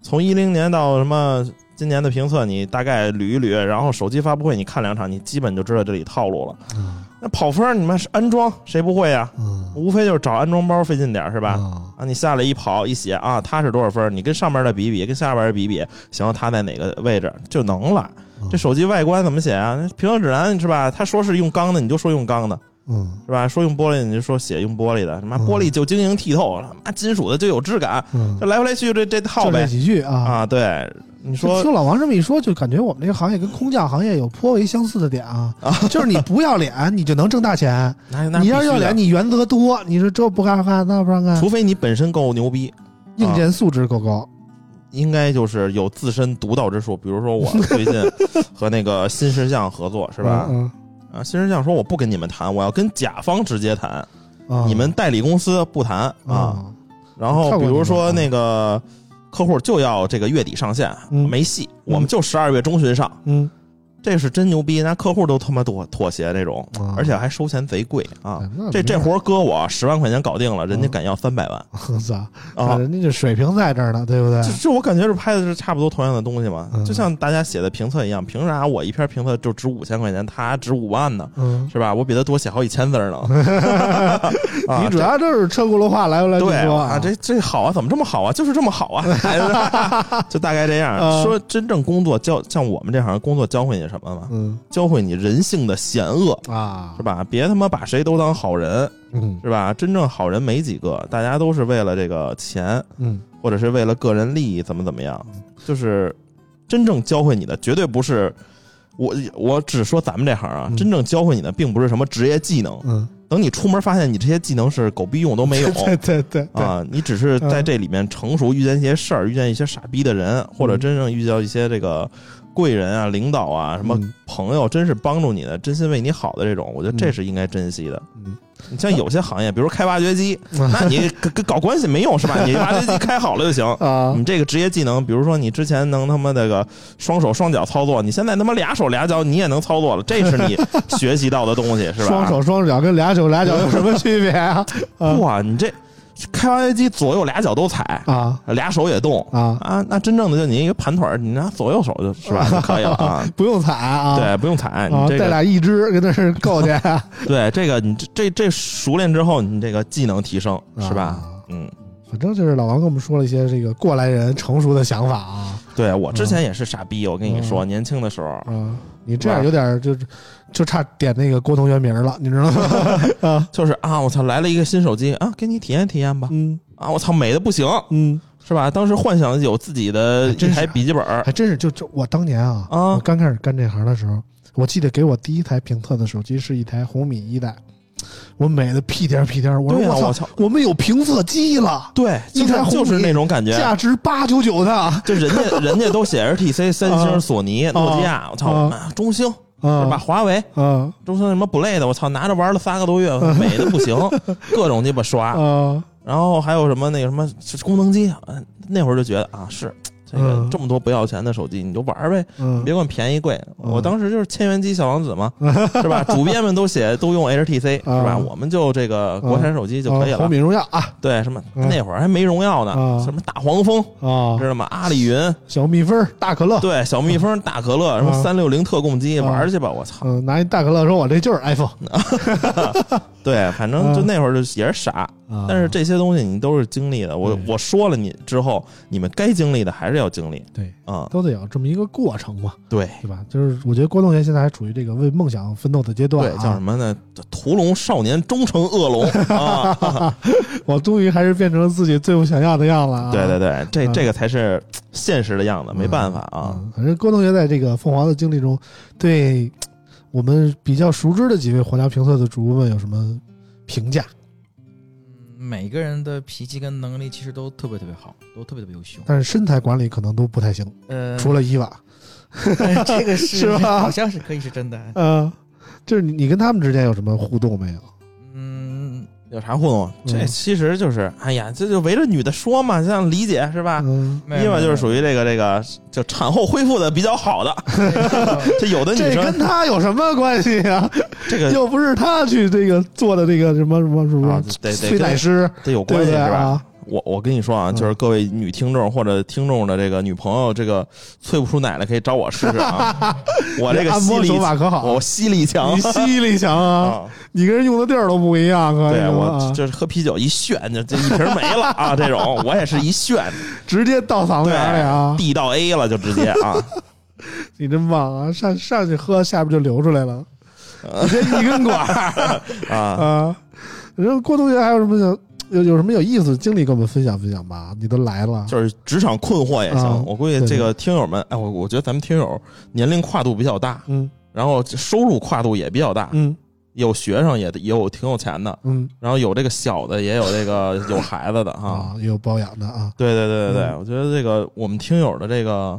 S3: 从一零年到什么。今年的评测你大概捋一捋，然后手机发布会你看两场，你基本就知道这里套路了。
S2: 啊
S3: 那跑分你们是安装谁不会呀？
S2: 嗯，
S3: 无非就是找安装包费劲点儿是吧？
S2: 啊
S3: 啊，你下来一跑一写啊，他是多少分儿？你跟上边儿的比比，跟下边儿的比比，行，他在哪个位置就能了。这手机外观怎么写啊？那评测指南是吧？他说是用钢的，你就说用钢的，
S2: 嗯
S3: 是吧？说用玻璃，你就说写用玻璃的。什么
S2: 嗯
S3: 玻璃就晶莹剔透，他妈金属的就有质感，
S2: 嗯
S3: 就，来回来去就这这套
S2: 就这
S3: 呗。
S2: 几句啊。
S3: 啊，对，你
S2: 就
S3: 说
S2: 听老王这么一说，就感觉我们这个行业跟空降行业有颇为相似的点啊，就是你不要脸，你就能挣大钱；
S3: 那那
S2: 你要
S3: 必
S2: 是
S3: 须
S2: 要
S3: 的
S2: 脸，你原则多，你说这不干干，那不让干，
S3: 除啊非你本身够牛逼，
S2: 硬件素质够高。
S3: 应该就是有自身独到之处。比如 说我最近和那个新石像合作，是吧？
S2: 嗯，
S3: 啊，新石像说我不跟你们谈，我要跟甲方直接谈，
S2: 嗯啊
S3: 你们代理公司不谈啊。
S2: 啊，
S3: 然后
S2: 跳
S3: 比
S2: 过
S3: 如
S2: 你
S3: 说
S2: 们啊
S3: 那个客户就要这个月底上线，
S2: 嗯
S3: 没戏，
S2: 嗯
S3: 我们就十二月中旬上，
S2: 嗯，
S3: 这是真牛逼，那客户都他妈妥妥协那种，
S2: 啊
S3: 而且还收钱贼贵啊
S2: 哎。那
S3: 这
S2: 没
S3: 这
S2: 法
S3: 活儿搁我十万块钱搞定了，人家
S2: 嗯
S3: 敢要三百万
S2: 我操，
S3: 啊！
S2: 哎人家这水平在这儿呢，对不对？
S3: 就就我感觉是拍的是差不多同样的东西嘛，
S2: 嗯
S3: 就像大家写的评测一样，凭啥我一篇评测就值五千块钱，他值五万呢？
S2: 嗯，
S3: 是吧？我比他多写好几千字 呢。啊
S2: 你主要就是车轱辘话来回来去
S3: 对
S2: 说
S3: 啊，这这好啊，怎么这么好啊？就是这么 好啊，就大概这样。
S2: 嗯
S3: 说真正工作教像我们这行工作教会你什么吗？
S2: 嗯
S3: 教会你人性的险恶，
S2: 啊
S3: 是，吧？别他妈把谁都当好人，
S2: 嗯
S3: 是吧？真正好人没几个，大家都是为了这个钱，
S2: 嗯，
S3: 或者是为了个人利益怎么怎么样，就是真正教会你的，绝对不是我我只说咱们这行啊，
S2: 嗯
S3: 真正教会你的并不是什么职业技能，
S2: 嗯，
S3: 等你出门发现你这些技能是狗屁用都没有
S2: 对对对对，嗯
S3: 啊，你只是在这里面成熟，遇见一些事儿，遇见一些傻逼的人，或
S2: 嗯
S3: 者真正遇到一些这个。贵人啊，领导啊，什么
S2: 嗯
S3: 朋友，真是帮助你的，真心为你好的这种，我觉得这
S2: 嗯
S3: 是应该珍惜的。
S2: 嗯
S3: 你像有些行业，比如开挖 掘机，那你跟跟搞关系没用是吧？你挖掘机开好了就行，
S2: 啊
S3: 你这个职业技能，比如说你之前能他妈那个双手双脚操作，你现在他妈俩手俩脚你也能操作了，这 是你学习到的东西，是吧？
S2: 双手双脚跟俩手俩脚有什么区别啊？啊
S3: 哇，你这开挖掘机左右俩脚都踩，
S2: 啊
S3: 俩手也动
S2: 啊，
S3: 啊，那真正的就你一个盘腿儿，你拿左右手就 是吧就可以了啊。
S2: 不用踩啊，
S3: 对，不用踩，
S2: 啊
S3: 你，这
S2: 带
S3: 个
S2: 俩一只跟那是够去，啊
S3: 对这个你这这这熟练之后，你这个技能提升是吧？
S2: 啊
S3: 嗯，
S2: 反正就是老王跟我们说了一些这个过来人成熟的想法啊，
S3: 对我之前也是傻逼，我跟你说，年轻的时候
S2: 嗯啊，你这样有点就是就差点那个郭同学名了，你知道 吗？
S3: 就是啊，我操，来了一个新手机啊，给你体验体验吧，
S2: 嗯
S3: 啊，我操，美的不行，
S2: 嗯，
S3: 是吧？当时幻想有自己的
S2: 还
S3: 一
S2: 真是
S3: 台笔记本儿
S2: 还真是就就我当年啊，
S3: 啊
S2: 我刚开始干这行的时候，我记得给我第一台评测的手机是一台红米一代，我美的屁颠儿屁颠儿，我
S3: 对
S2: 说
S3: 呀
S2: 我操
S3: 我操，
S2: 我们有评测机了，
S3: 对，
S2: 一台红米
S3: 就是就是那种感觉，
S2: 价值八九九的啊，
S3: 就人家人家都写 HTC、三
S2: 啊
S3: 星、索尼、诺基亚，我操，
S2: 啊
S3: 妈中兴是吧？
S2: 啊
S3: 华为、
S2: 啊
S3: 中兴什么 Play 的，我操，拿着玩了三个 多月，美的不行，各种鸡巴刷。
S2: 啊，
S3: 然后还有什么那个什么功能机，嗯那会儿就觉得啊，是这个
S2: 嗯
S3: 这么多不要钱的手机，你就玩呗，
S2: 嗯
S3: 别管便宜贵。我
S2: 嗯
S3: 当时就是千元机小王子嘛，是 吧？主编们都写都用 HTC 是吧？
S2: 啊
S3: 我们就这个国产手机就可以
S2: 啊红
S3: 了
S2: 米。荣耀啊
S3: 对，什么
S2: 嗯
S3: 那会儿还没荣耀呢，
S2: 啊
S3: 什么大黄蜂，
S2: 啊
S3: 知，道吗？阿里云，
S2: 小蜜蜂大可乐，
S3: 对，小蜜蜂、大可乐，什么
S2: 啊
S3: 三六零特供机，
S2: 啊
S3: 玩去吧！我操，
S2: 嗯，拿一大可乐说，我这就是 iPhone，
S3: 对，反正就那会儿就也是傻，
S2: 啊
S3: 但是这些东西你都是经历的。我
S2: 对
S3: 我说了你之后，你们该经历的还是要经历
S2: 对。
S3: 啊。
S2: 都得有这么一个过程嘛，
S3: 对
S2: 对吧？就是我觉得郭同学现在还处于这个为梦想奋斗的阶段
S3: 对
S2: 啊，，
S3: 叫什么呢？屠龙少年终成恶 龙啊！
S2: 我终于还是变成了自己最不想要的样了啊！
S3: 对对对，这
S2: 啊
S3: 这个才是现实的样子，没办法啊。
S2: 嗯，反正郭同学在这个凤凰的经历中，对嘖我们比较熟知的几位皇家评测的主播们有什么评价？
S4: 嗯每个人的脾气跟能力其实都特别特别好，都特别特别优秀。
S2: 但是身材管理可能都不太行，
S3: 嗯
S4: 呃，
S2: 除了伊娃，
S4: 这个是
S2: 是吧
S4: 好像是可以是真的。
S2: 嗯、就是你你跟他们之间有什么互动没有？
S4: 嗯，
S3: 有啥互动？这
S2: 嗯
S3: 其实就是，哎呀，这就围着女的说嘛，像李姐是吧？
S2: 嗯，
S3: 伊娃就是属于这个这个，就产后恢复的比较好的。
S4: 于
S3: 这有的女
S2: 这
S3: 生
S2: 跟他有什么关系啊？
S3: 这个
S2: 又不是他去这个做的这个什么什么什么
S3: 啊得得
S2: 催奶师，
S3: 这有
S2: 对
S3: 关
S2: 不
S3: 系
S2: 对
S3: 是吧？
S2: 啊？
S3: 我我跟你说啊，就是各位女听众或者听众的这个女朋友，这个啐不出奶来可以找我试 试啊。我这个
S2: 按
S3: 吸
S2: 摩
S3: 力
S2: 手，法可好，
S3: 我吸力强
S2: 你吸力强啊，
S3: 啊。
S2: 你跟人用的地儿都不一样啊，
S3: 对
S2: 这个
S3: 我
S2: 啊
S3: 就是喝啤酒一炫，就这一瓶没了啊，这种我也是一炫，
S2: 直接倒嗓子
S3: 对
S2: 眼儿里啊，
S3: ，D 到 A 了就直接啊。
S2: 你真棒啊，上上去喝，下边就流出来了，你这一根管 儿
S3: 啊，
S2: 啊。然后郭同学还有什么想有有什么有意思的经历跟我们分享分享吧？你都来了，
S3: 就是职场困惑也
S2: 啊
S3: 行。我估计
S2: 对
S3: 这个听友们，哎，我我觉得咱们听友年龄跨度比较大，
S2: 嗯
S3: 然后收入跨度也比较大，
S2: 嗯
S3: 有学生也也有挺有钱的，
S2: 嗯
S3: 然后有这个小的，也有这个有孩子的啊。
S2: 啊，有包养的啊，
S3: 对对对对对，
S2: 嗯
S3: 我觉得这个我们听友的这个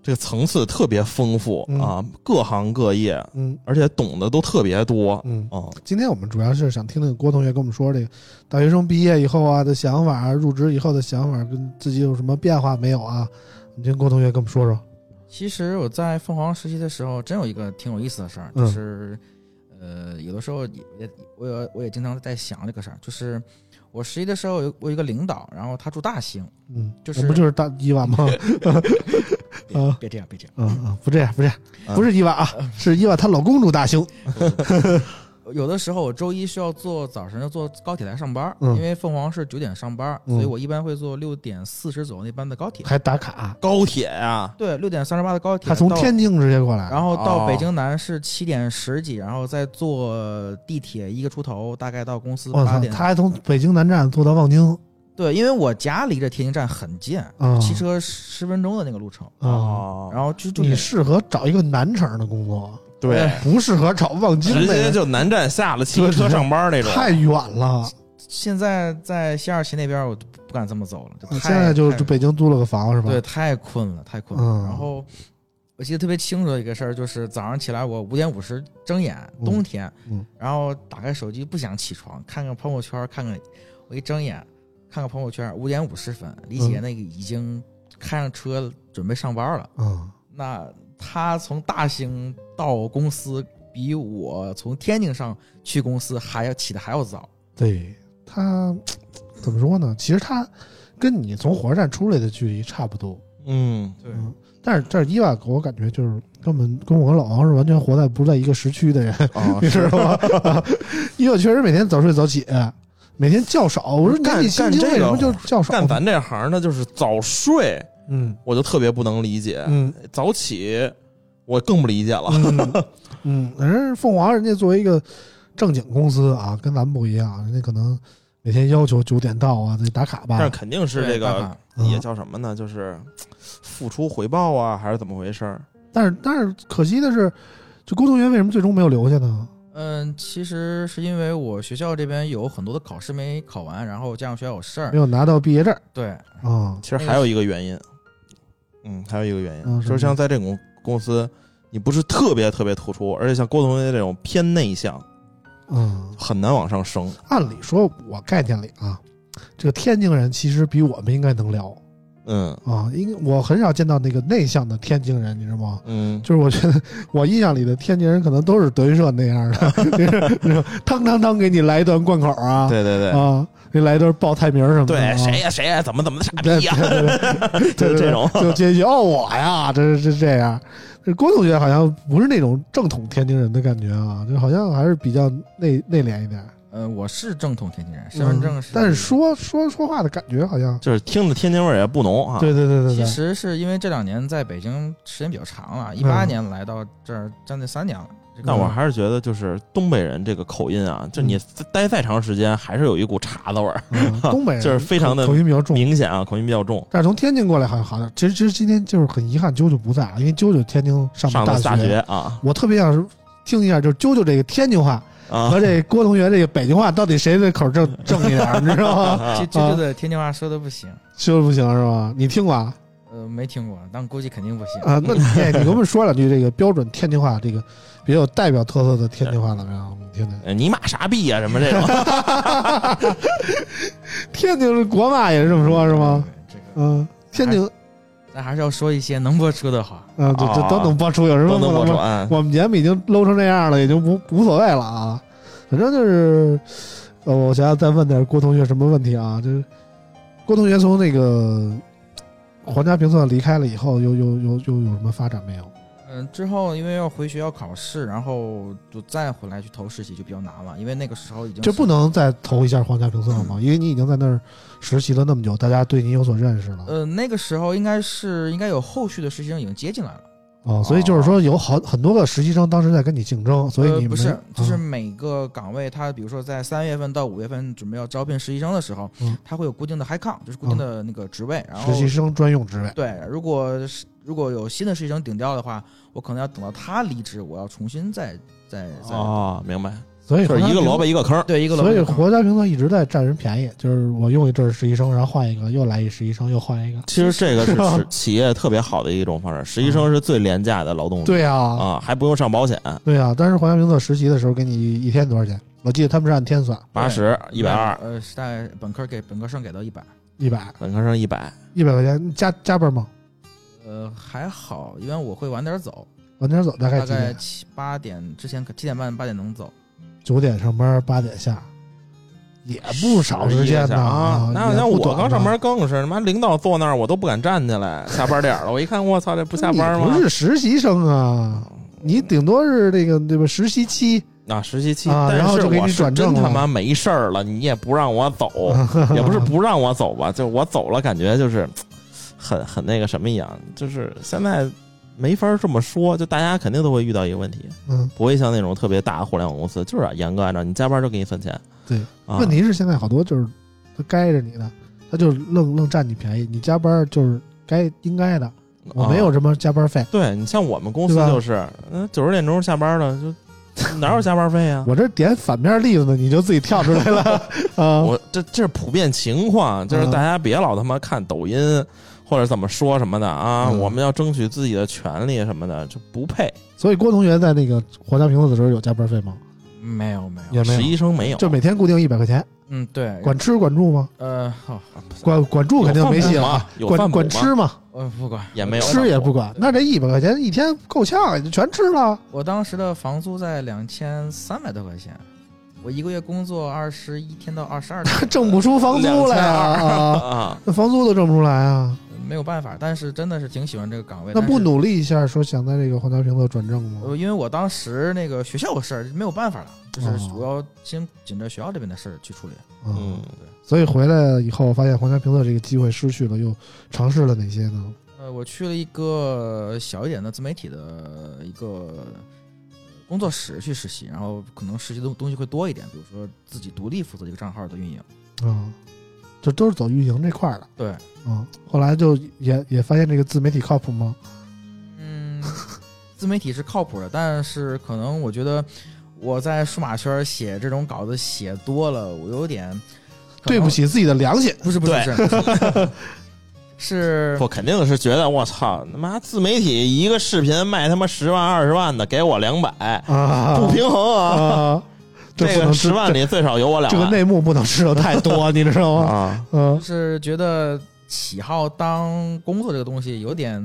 S3: 这个层次特别丰富
S2: 嗯
S3: 啊，各行各业，
S2: 嗯
S3: 而且懂得都特别多。
S2: 嗯。
S3: 哦，
S2: 今天我们主要是想听听郭同学跟我们说这个大学生毕业以后啊的想法，入职以后的想法，跟自己有什么变化没有啊？你听郭同学跟我们说说。
S4: 其实我在凤凰实习的时候，真有一个挺有意思的事儿，
S2: 嗯
S4: 就是，呃，有的时候也也我也我也经常在想这个事儿，就是我实习的时候有我有一个领导，然后他住大兴，
S2: 嗯，
S4: 就是
S2: 我不就是大伊娃 吗？
S4: 别、
S2: 啊
S4: 别这样，别这样。
S2: 嗯嗯，不这样，不这样，
S3: 啊
S2: 不是伊娃啊，是伊娃她老公住大兴。
S4: 有的时候我周一是要坐早晨要坐高铁来上班，
S2: 嗯
S4: 因为凤凰是九点上班，
S2: 嗯
S4: 所以我一般会坐六点四十左右那班的高铁。
S2: 还打卡，
S3: 高铁呀、
S4: 对，六点三十八的高铁
S2: 他从
S4: 到
S2: 天津直接过来。
S4: 然后到北
S3: 哦
S4: 京南是七点十几，然后再坐地铁一个出头，大概到公司
S2: 我
S4: 八
S2: 操，
S4: 点。
S2: 他还从北京南站坐到望京
S4: 对，因为我家离着天津站很近，
S2: 啊
S4: 骑车十分钟的那个路程。
S2: 啊！
S3: 哦
S4: 然后哦就就
S2: 你适合找一个南城的工 作，
S3: 对，
S2: 不适合找望京
S3: 直接
S2: 那个，
S3: 就南站下了，骑
S2: 哎对
S3: 车
S2: 对
S3: 上班那种。
S2: 太远了。
S4: 现在在西二旗那边，我就不敢这么走了，就太
S2: 现在就
S4: 太
S2: 就北京租了个房是吧？
S4: 对，太困了，太困了。
S2: 嗯
S4: 然后我记得特别清楚的一个事儿，就是早上起来我五点五十睁眼，
S2: 嗯
S4: 冬天，
S2: 嗯
S4: 然后打开手机不想起床，看看朋友圈，看看我一睁眼看看朋友圈，五点五十分，李姐
S2: 嗯
S4: 那个已经开上车了准备上班了。
S2: 嗯，
S4: 那她从大兴到公司。比我从天津上去公司还要起的还要早，
S2: 对他怎么说呢？其实他跟你从火车站出来的距离差不多，
S3: 嗯，
S4: 对
S2: 嗯，但是这伊娃给我感觉就是根本跟我跟老王是完全活在不在一个时区的人，
S3: 啊
S2: 你，知道吗？因为我确实每天早睡早起，每天觉少。我说
S3: 干
S2: 那你心
S3: 干
S2: 经
S3: 这
S2: 为什
S3: 个
S2: 么就觉少？
S3: 干咱这行的就是早睡，
S2: 嗯
S3: 我就特别不能理解。
S2: 嗯
S3: 早起，我更不理解了。
S2: 嗯嗯，人家凤凰人家作为一个正经公司啊，跟咱们不一样，人家可能每天要求九点到啊，得打卡
S3: 但是
S2: 吧。
S3: 肯定是
S4: 对
S3: 这
S4: 大
S3: 个
S4: 卡
S2: 嗯
S3: 也叫什么呢？就是付出回报啊，还是怎么回事儿？
S2: 但是但是可惜的是，就郭同学为什么最终没有留下呢？
S4: 嗯，其实是因为我学校这边有很多的考试没考完，然后加上学校有事儿
S2: 没，有拿到毕业证
S4: 对，
S2: 啊？
S3: 其实还有一个原因，嗯，还有一个原因，
S2: 嗯
S3: 就是像在这种公司，你不是特别特别突出，而且像郭同学这种偏内向，
S2: 嗯，
S3: 很难往上升。
S2: 按理说，我概念里啊，这个天津人其实比我们应该能聊
S3: 嗯
S2: 啊，因为我很少见到那个内向的天津人，你知道吗？
S3: 嗯，
S2: 就是我觉得我印象里的天津人可能都是德云社那样的，就是就是汤汤汤给你来一段贯口啊，
S3: 对对对。
S2: 啊，给你来一段报菜名什么的啊，
S3: 对，谁呀谁呀，怎么怎么的傻
S2: 对对
S3: 逼呀，
S2: 对对，
S3: 就
S2: 对
S3: 这种
S2: 对 就接一句哦我呀，这是这这样。这郭同学好像不是那种正统天津人的感觉啊，就好像还是比较内内敛一点。
S4: 呃，我是正统天津人，身份证
S2: 嗯
S4: 是，
S2: 但是说说说话的感觉好像，
S3: 就是听着天津味儿也不浓啊。
S2: 对对对对
S4: 其
S2: 对，
S4: 实是因为这两年在北京时间比较长了，一八
S2: 嗯
S4: 年来到这儿将近三年了。这个
S3: 但我还是觉得，就是东北人这个口音啊，就你待再长时间，还是有一股碴子味儿，
S2: 嗯东北人
S3: 就是非常的
S2: 口口音比较重。
S3: 明显啊，口音比较重。
S2: 但是从天津过来好像好点。其实其实今天就是很遗憾，啾啾不在啊，因为啾啾天津上
S3: 上
S2: 大
S3: 的大学啊
S2: 我特别想听一下，就是啾啾这个天津话
S3: 啊
S2: 和，这郭同学这个北京话，到底谁的口正正一点儿，你知道吗？
S4: 这
S3: 啊
S4: 这这的天津话说的不行，
S2: 就是不行是吧？你听过啊？
S4: 呃，没听过，但估计肯定不行。
S2: 啊，那你哎你给我们说两句这个标准天津话，这个比较有代表特色的天津话怎么样？我们听听。
S3: 呃你妈傻逼呀，什么这 种。
S2: 天津国骂也是这么说，是吗？
S4: 对？这个
S2: 嗯，天津，
S4: 咱还是要说一些能播出的话。
S2: 嗯，对，这
S3: 啊
S2: 都能播出，有什么
S3: 都
S2: 不
S3: 能播
S2: 能
S3: 出
S2: 播？
S3: 啊。
S2: 我们节目已经搂成这样了，也就无无所谓了啊。反正就是，呃，我想想再问点郭同学什么问题啊？就是郭同学从那个皇家评测离开了以后，又又又又有什么发展没有？
S4: 嗯，之后因为要回学校考试，然后就再回来去投实习就比较难了，因为那个时候已经
S2: 就不能再投一下皇家评测了
S4: 嗯
S2: 吗？因为你已经在那儿实习了那么久，大家对你有所认识了
S4: 呃那个时候应该是应该有后续的实习生已经接进来了，
S2: 哦，所以就是说有好很多个实习生当时在跟你竞争，所以
S4: 呃
S2: 你
S4: 不
S2: 们
S4: 是就是
S2: 嗯
S4: 每个岗位他比如说在三月份到五月份准备要招聘实习生的时候
S2: 嗯，
S4: 他会有固定的 high count，就是固定的那个职位，然后
S2: 实习生专用职位，
S4: 对，如果是如果有新的实习生顶掉的话，我可能要等到他离职，我要重新再再再、
S3: 哦，明白，
S2: 所以
S3: 就是一个萝卜一个坑儿。
S4: 对一个楼
S2: 所以
S4: 就更
S2: 国家评测一直在占人便宜，就是我用一阵儿实习生，然后换一个，又来一实习生，又换一个。
S3: 其实这个是
S2: 是吧嗯
S3: 是企业特别好的一种方式，实习生是最廉价的劳动力，
S2: 对啊，
S3: 啊，还不用上保险，
S2: 对啊。但是皇家评测实习的时候给你一天多少钱？我记得他们是按天算，
S3: 八十、一百二，
S4: 呃，是大概本科给本科生给到一百，
S2: 一百
S3: 本科生一百，
S2: 一百块钱加加班吗？
S4: 呃，还好，因为我会晚点走，
S2: 晚点走，大概
S4: 大
S2: 几
S4: 概
S2: 点？
S4: 七八点之前可七点半八点能走，
S2: 九点上班，八点下，也不少时间呢
S3: 啊！那
S2: 也
S3: 像
S2: 不
S3: 我
S2: 短
S3: 刚上
S2: 呢
S3: 班更是，他妈领导坐那儿我都不敢站起来，下班点儿了，我一看，我操，这不下班
S2: 你
S3: 吗？
S2: 不是实习生啊，你顶多是那个对吧？实习期，
S3: 啊，实习期，
S2: 啊
S3: 但
S2: 然后
S3: 是
S2: 就给
S3: 我
S2: 你
S3: 是
S2: 转正
S3: 真他
S2: 了
S3: 妈没事儿了，你也不让我 走，也不是不让我走吧，就我走了，感觉就是很很那个什么一样，就是现在没法这么说，就大家肯定都会遇到一个问题，
S2: 嗯，
S3: 不会像那种特别大的互联网公司，就是、啊、严格按照你加班就给你算钱，
S2: 对
S3: 啊，
S2: 问题是现在好多就是他该着你的，他就愣愣占你便宜，你加班就是该应该的，我没有
S3: 啊
S2: 什么加班费，
S3: 对你像我们公司
S2: 对吧
S3: 就是，嗯，九十点钟下班 了，就哪有加班费啊？
S2: 我这点反面例子呢，你就自己跳出来 了啊。
S3: 我这这是普遍情况，就是
S2: 嗯
S3: 大家别老他妈看抖音或者怎么说什么的啊，
S2: 嗯
S3: 我们要争取自己的权利什么的，就不配。
S2: 所以郭同学在那个皇家评测的时候有加班费吗？
S4: 没有没
S2: 也
S4: 有，
S2: 没
S3: 实习
S2: 有，
S3: 生没有，
S2: 就每天固定一百块钱，
S4: 嗯对，
S2: 管吃管住吗？
S4: 呃好，
S2: 管管住肯定没戏了啊，
S3: 有
S2: 管
S3: 饭补吗
S2: 管吃嘛，
S4: 呃不管，
S3: 也没有
S2: 吃也不管，那这一百块钱一天够呛，就全吃了。，
S4: 我当时的房租在两千三百多块钱，我一个月工作二十一天到二十二 天
S2: 挣不出房租来啊！啊
S3: 啊，
S2: 那房租都挣不出来啊！
S4: 没有办法，但是真的是挺喜欢这个岗位，
S2: 那
S4: 但是
S2: 不努力一下，说想在这个皇家评测转正吗？
S4: 呃，因为我当时那个学校有事儿，没有办法了，就是
S2: 哦
S4: 我要先紧着学校这边的事儿去处理。
S3: 嗯，
S2: 啊所以回来以后，发现皇家评测这个机会失去了，又尝试了哪些呢？
S4: 呃，我去了一个小一点的自媒体的一个呃工作室去实习，然后可能实习的东西会多一点，比如说自己独立负责一个账号的运营。
S2: 啊，这都是走运营这块儿的
S4: 对，
S2: 啊。后来就也也发现这个自媒体靠谱吗？
S4: 嗯， 自媒体是靠谱的，但是可能我觉得我在数码圈写这种稿子写多了，我有点可
S2: 对不
S4: 能，
S2: 起自己的良心，
S4: 不是不是不是，是
S3: 我肯定是觉得我操他妈自媒体一个视频卖他妈十万二十万的，给我两百，
S2: 啊，
S3: 不平衡啊！
S2: 啊，这
S3: 这
S2: 不
S3: 个
S2: 能知
S3: 十万
S2: 这
S3: 里最少有我两
S2: 这个
S3: 万
S2: 内幕不能知道太 多，你知道吗？
S3: 啊！
S2: 嗯
S4: 就是觉得喜好当工作这个东西有点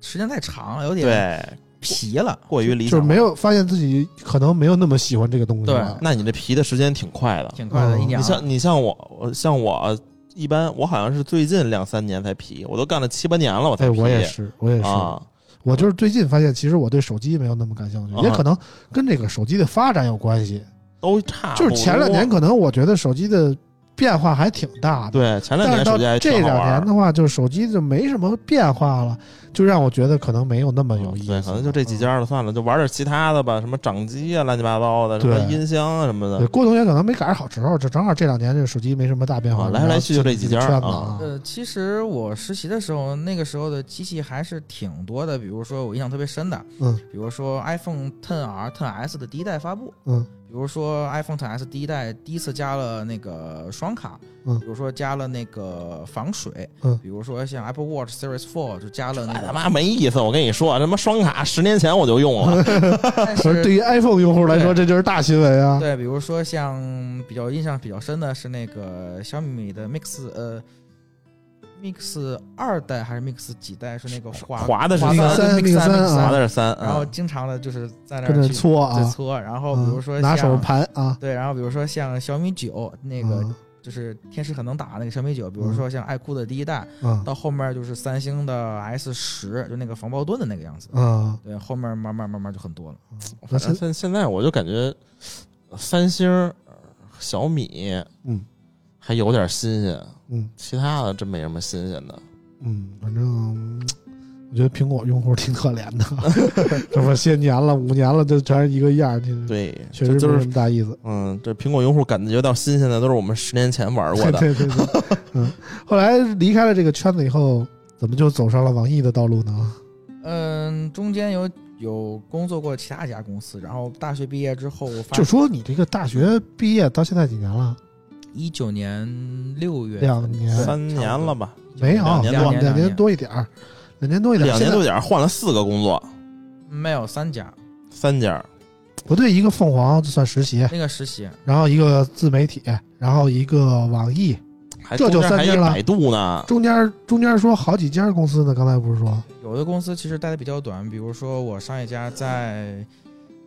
S4: 时间太长了，有点
S3: 对，
S4: 疲了。
S3: 过于理
S2: 就是
S3: 想
S2: 没。有发现自己可能没有那么喜欢这个东西了。
S3: 那你这皮的时间挺快的，
S4: 挺快的，
S2: 嗯
S4: 一年
S3: 你
S4: 了
S3: 像你像我，我像我一般，我好像是最近两三年才皮，我都干了七八年了，我才
S2: 哎，
S3: 皮。
S2: 我也是，我也是，
S3: 啊，
S2: 我就是最近发现，其实我对手机没有那么感兴趣，
S3: 啊
S2: 也可能跟这个手机的发展有关系。
S3: 都差啊不
S2: 就
S3: 多。
S2: 是前两年可能我觉得手机的变化还挺大的，
S3: 对前两
S2: 但是
S3: 年
S2: 到
S3: 手机还
S2: 这
S3: 挺好
S2: 两
S3: 玩儿
S2: 年的话，就是手机就没什么变化了，就让我觉得可能没有那么有
S3: 嗯
S2: 意思了、
S3: 对，可能就这几家了，算了，就玩点其他的吧，什么掌机啊，乱七八糟的，什
S2: 对
S3: 么音箱啊什么
S2: 嗯。对
S3: 的。
S2: 郭同学可能没赶上好时候，这正好这两年这个手机没什么大变化，
S3: 啊来来去就这几家
S2: 圈子
S3: 啊
S4: 呃，其实我实习的时候，那个时候的机器还是挺多的，比如说我印象特别深的，
S2: 嗯
S4: 比如说 iPhone 10R、10S 的第一代发布，
S2: 嗯，
S4: 比如说 iPhone 10S 第一代第一次加了那个双卡，
S2: 嗯
S4: 比如说加了那个防水，
S2: 嗯
S4: 比如说像 Apple Watch Series 4就加了那
S3: 哎他
S4: 个，
S3: 妈没意思！我跟你说，他妈双卡十年前我就用 了，
S4: 但
S2: 可是
S4: 是
S2: 呃对于 iPhone 用户来说，这就是大新闻啊！
S4: 对，比如说像比较印象比较深的是那个小米的 Mix 呃 Mix 二代还是 Mix 几代是那个滑
S3: 滑的是
S4: 滑
S2: 那个
S4: 的
S2: 三啊
S4: Mix
S2: 那个三
S3: 滑
S2: 啊
S3: 的是三，
S4: 然后
S3: 嗯
S4: 经常的就是在那
S2: 跟
S4: 儿
S2: 着
S4: 去
S2: 搓
S4: 在
S2: 啊，
S4: 搓，然后比
S2: 嗯
S4: 如说
S2: 拿手
S4: 像
S2: 盘啊，
S4: 对，然后比如说像小米九那个
S2: 嗯
S4: 就是天使很能打那个小米九，比如说像爱酷的第一代，
S2: 啊
S4: 到后面就是三星的 S 十，就那个防爆盾的那个样子。
S2: 啊，
S4: 对，后面慢慢慢慢就很多了。
S2: 那
S3: 反
S2: 现
S3: 正现现在我就感觉三星、小米
S2: 嗯
S3: 还有点新鲜，
S2: 嗯
S3: 其他的真没什么新鲜的。
S2: 嗯，反正嗯我觉得苹果用户挺可怜的， 这么些年了，五年了，就全是一个样儿，这
S3: 对，
S2: 确
S3: 这
S2: 实
S3: 就
S2: 没
S3: 是
S2: 什么大意思。
S3: 嗯，这苹果用户感觉到新鲜的都是我们十年前玩过的。
S2: 对对对对，嗯，后来离开了这个圈子以后，怎么就走上了网易的道路呢？
S4: 嗯，中间有有工作过其他家公司，然后大学毕业之后，我发
S2: 就说你这个大学毕业到现在几年了？
S4: 一九年六月
S2: 两年
S4: 对
S3: 三年了吧，
S2: 没有，
S3: 两年多
S2: 两年多一点儿，两年多一点儿。
S3: 两年
S2: 现
S3: 多
S2: 在
S3: 点儿换了四个工作，
S4: 没有三家，
S3: 三家。
S2: 不对，一个凤凰就算实习，
S4: 那个实习
S2: 然后一个自媒体，然后一个网易，
S3: 还
S2: 这就
S3: 中间还
S2: 三家
S3: 一
S2: 了
S3: 百度呢，
S2: 中间中间说好几家公司呢，刚才不是说
S4: 有的公司其实待的比较短，比如说我上一家在，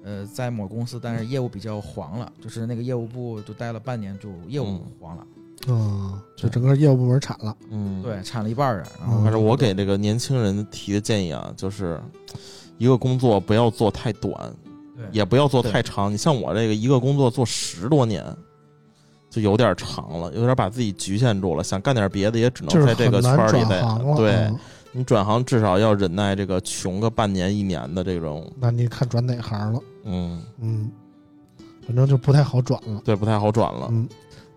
S4: 呃，在某公司，但是业务比较黄了，就是那个业务部就待了半年，就业务
S3: 嗯
S4: 黄了，
S2: 嗯，就整个业务部门铲了，
S3: 嗯，
S4: 对，铲了一半儿啊。然
S2: 嗯
S4: 后
S3: 反正我给这个年轻人提的建议啊，就是一个工作不要做太短，
S4: 对
S3: 也不要做太长。你像我这个一个工作做十多年，就有点长了，有点把自己局限住了。想干点别的，也只
S2: 就
S3: 能
S2: 是
S3: 在
S2: 很
S3: 这个圈
S2: 难
S3: 儿里
S2: 转
S3: 待
S2: 行了。。
S3: 对
S2: 嗯，
S3: 你转行至少要忍耐这个穷个半年一年的这种，
S2: 那你看转哪行了？
S3: 嗯，
S2: 嗯，反正就不太好转了。
S3: 对，不太好转了。
S2: 嗯，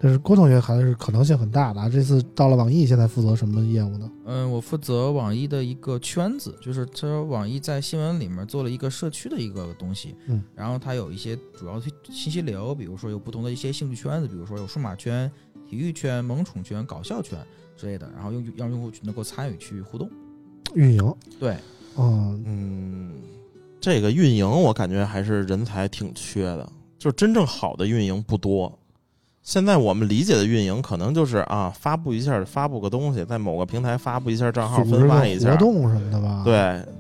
S2: 但是郭同学还是可能性很大的啊。这次到了网易，现在负责什么业务呢？
S4: 嗯，我负责网易的一个圈子，就是它网易在新闻里面做了一个社区的一个东西，
S2: 嗯，
S4: 然后它有一些主要的信息流，比如说有不同的一些兴趣圈子，比如说有数码圈、体育圈、萌宠圈、搞笑圈之类的，然后用让用户去能够参与去互动。
S2: 运营。
S4: 对，
S2: 嗯，
S3: 嗯，这个运营我感觉还是人才挺缺的，就是真正好的运营不多。现在我们理解的运营，可能就是啊，发布一下，发布个东西，在某个平台发布一下账
S2: 组
S3: 号，
S2: 织
S3: 分
S2: 个
S3: 发一下
S2: 活，动什么的吧。，
S3: 对。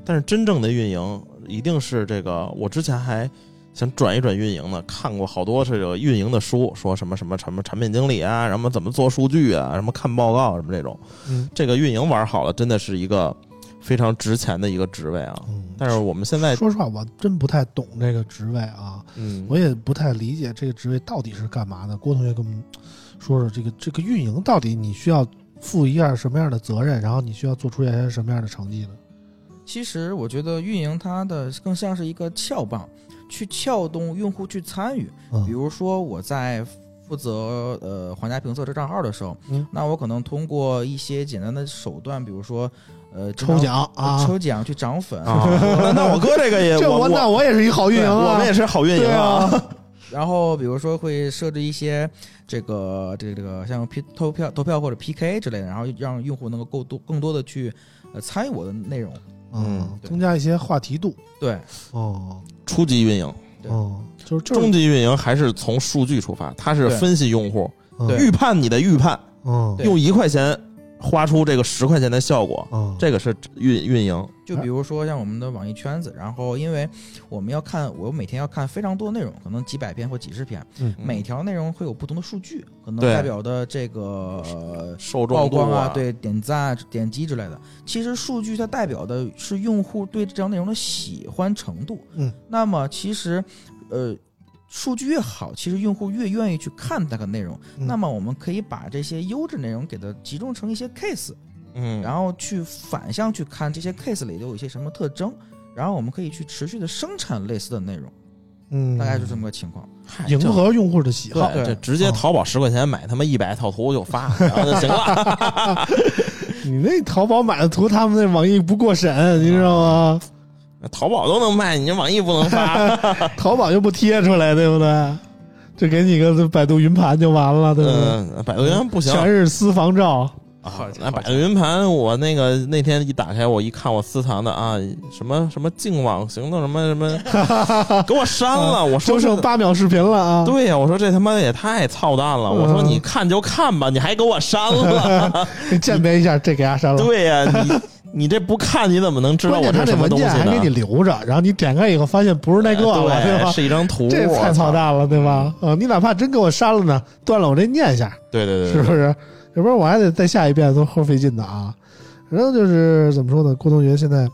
S3: 但是真正的运营，一定是这个。我之前还想转一转运营呢，看过好多这个运营的书，说什么什么什么产品经理啊，什么怎么做数据啊，什么看报告什么这种。
S2: 嗯
S3: 这个运营玩好了，真的是一个非常值钱的一个职位啊。
S2: 嗯。
S3: 但是我们现在，
S2: 说实话，我真不太懂这个职位啊，
S3: 嗯，
S2: 我也不太理解这个职位到底是干嘛的。郭同学跟我们说说这个这个运营到底你需要负一样什么样的责任，然后你需要做出一些什么样的成绩呢？
S4: 其实我觉得运营它的更像是一个撬棒，去撬动用户去参与。比
S2: 嗯
S4: 如说我在负责呃皇家评测这账号的时候，
S2: 嗯
S4: 那我可能通过一些简单的手段，比如说呃
S2: 抽、奖
S4: 经常
S2: 啊，
S4: 抽奖去涨粉，
S3: 啊，那那我哥这个也，
S2: 这
S3: 我
S2: 那我也是一好运营啊，
S3: 我们也是好运营
S2: 对
S3: 啊，
S2: 啊，
S4: 然后比如说会设置一些这个这个这个像 P 投票投票或者 PK 之类的，然后让用户能够够多更多的去呃参与我的内容。
S2: 嗯
S3: 嗯，
S2: 增加一些话题度
S4: 对，
S2: 哦
S3: 初级运营、
S4: 对
S2: 哦，就是就是
S3: 中级运营还是从数据出发，它是
S4: 对
S3: 分析用户，
S2: 嗯
S4: 对
S3: 预判你的预判，
S2: 嗯
S4: 对
S3: 用一块钱花出这个十块钱的效果，
S2: 嗯
S3: 这个是运运营。
S4: 就比如说像我们的网易圈子，然后因为我们要看，我每天要看非常多内容，可能几百篇或几十篇，
S2: 嗯
S4: 每条内容会有不同的数据，可能
S3: 对
S4: 代表的这个呃
S3: 受众
S4: 曝
S3: 度
S4: 光啊，，对点赞、点击之类的。其实数据它代表的是用户对这条内容的喜欢程度。
S2: 嗯，
S4: 那么其实，呃，数据越好，其实用户越愿意去看它的内容。
S2: 嗯
S4: 那么我们可以把这些优质内容给它集中成一些 case，
S3: 嗯，
S4: 然后去反向去看这些 case 里都有一些什么特征，然后我们可以去持续的生产类似的内容，
S2: 嗯，
S4: 大概就这么个情况。
S3: 嗨
S2: 迎
S3: 这
S2: 合用户的喜好。
S3: 对，
S4: 对
S3: 这直接淘宝十块钱买他妈一百套图就发，然后就 行了。
S2: 你那淘宝买的图，他们那网易不过审，你知道吗？
S3: 淘宝都能卖，你这网易不能 发？
S2: 淘宝又不贴出来，对不对？就给你个百度云盘就完了，对不对？
S3: 嗯，百度云盘不行，
S2: 全是私房照，
S3: 啊，那百度云盘，我那个那天一打开，我一看我私藏的啊，什么什么净网行动什么什 么，给我删了。
S4: 嗯
S3: 我说
S2: 就剩
S3: 这
S2: 八秒视频了啊！
S3: 对呀、我说这他妈也太操蛋了。
S2: 嗯
S3: 我说你看就看吧，你还给我删了。
S2: 你鉴别一下，这给它删了。
S3: 对呀、你 你这不看你怎么能知
S2: 嗯
S3: 道
S2: 关键
S3: 我这
S2: 他这
S3: 是什么
S2: 文
S3: 东西
S2: 件还给你
S3: 呢？哎
S2: 留着，然后你点开以后发现不是那个了，对
S3: 对，
S2: 吧？
S3: 是嗯一张 图，
S2: 这太操
S3: 大。
S2: 蛋了，对吧？呃，你哪怕真给我删了呢，断了我这念想，
S3: 对对
S2: 是
S3: 对
S2: 不
S3: 对，
S2: 是？要不然我还得再下一遍，都齁费劲的啊。然后就是怎么说呢？郭同学现在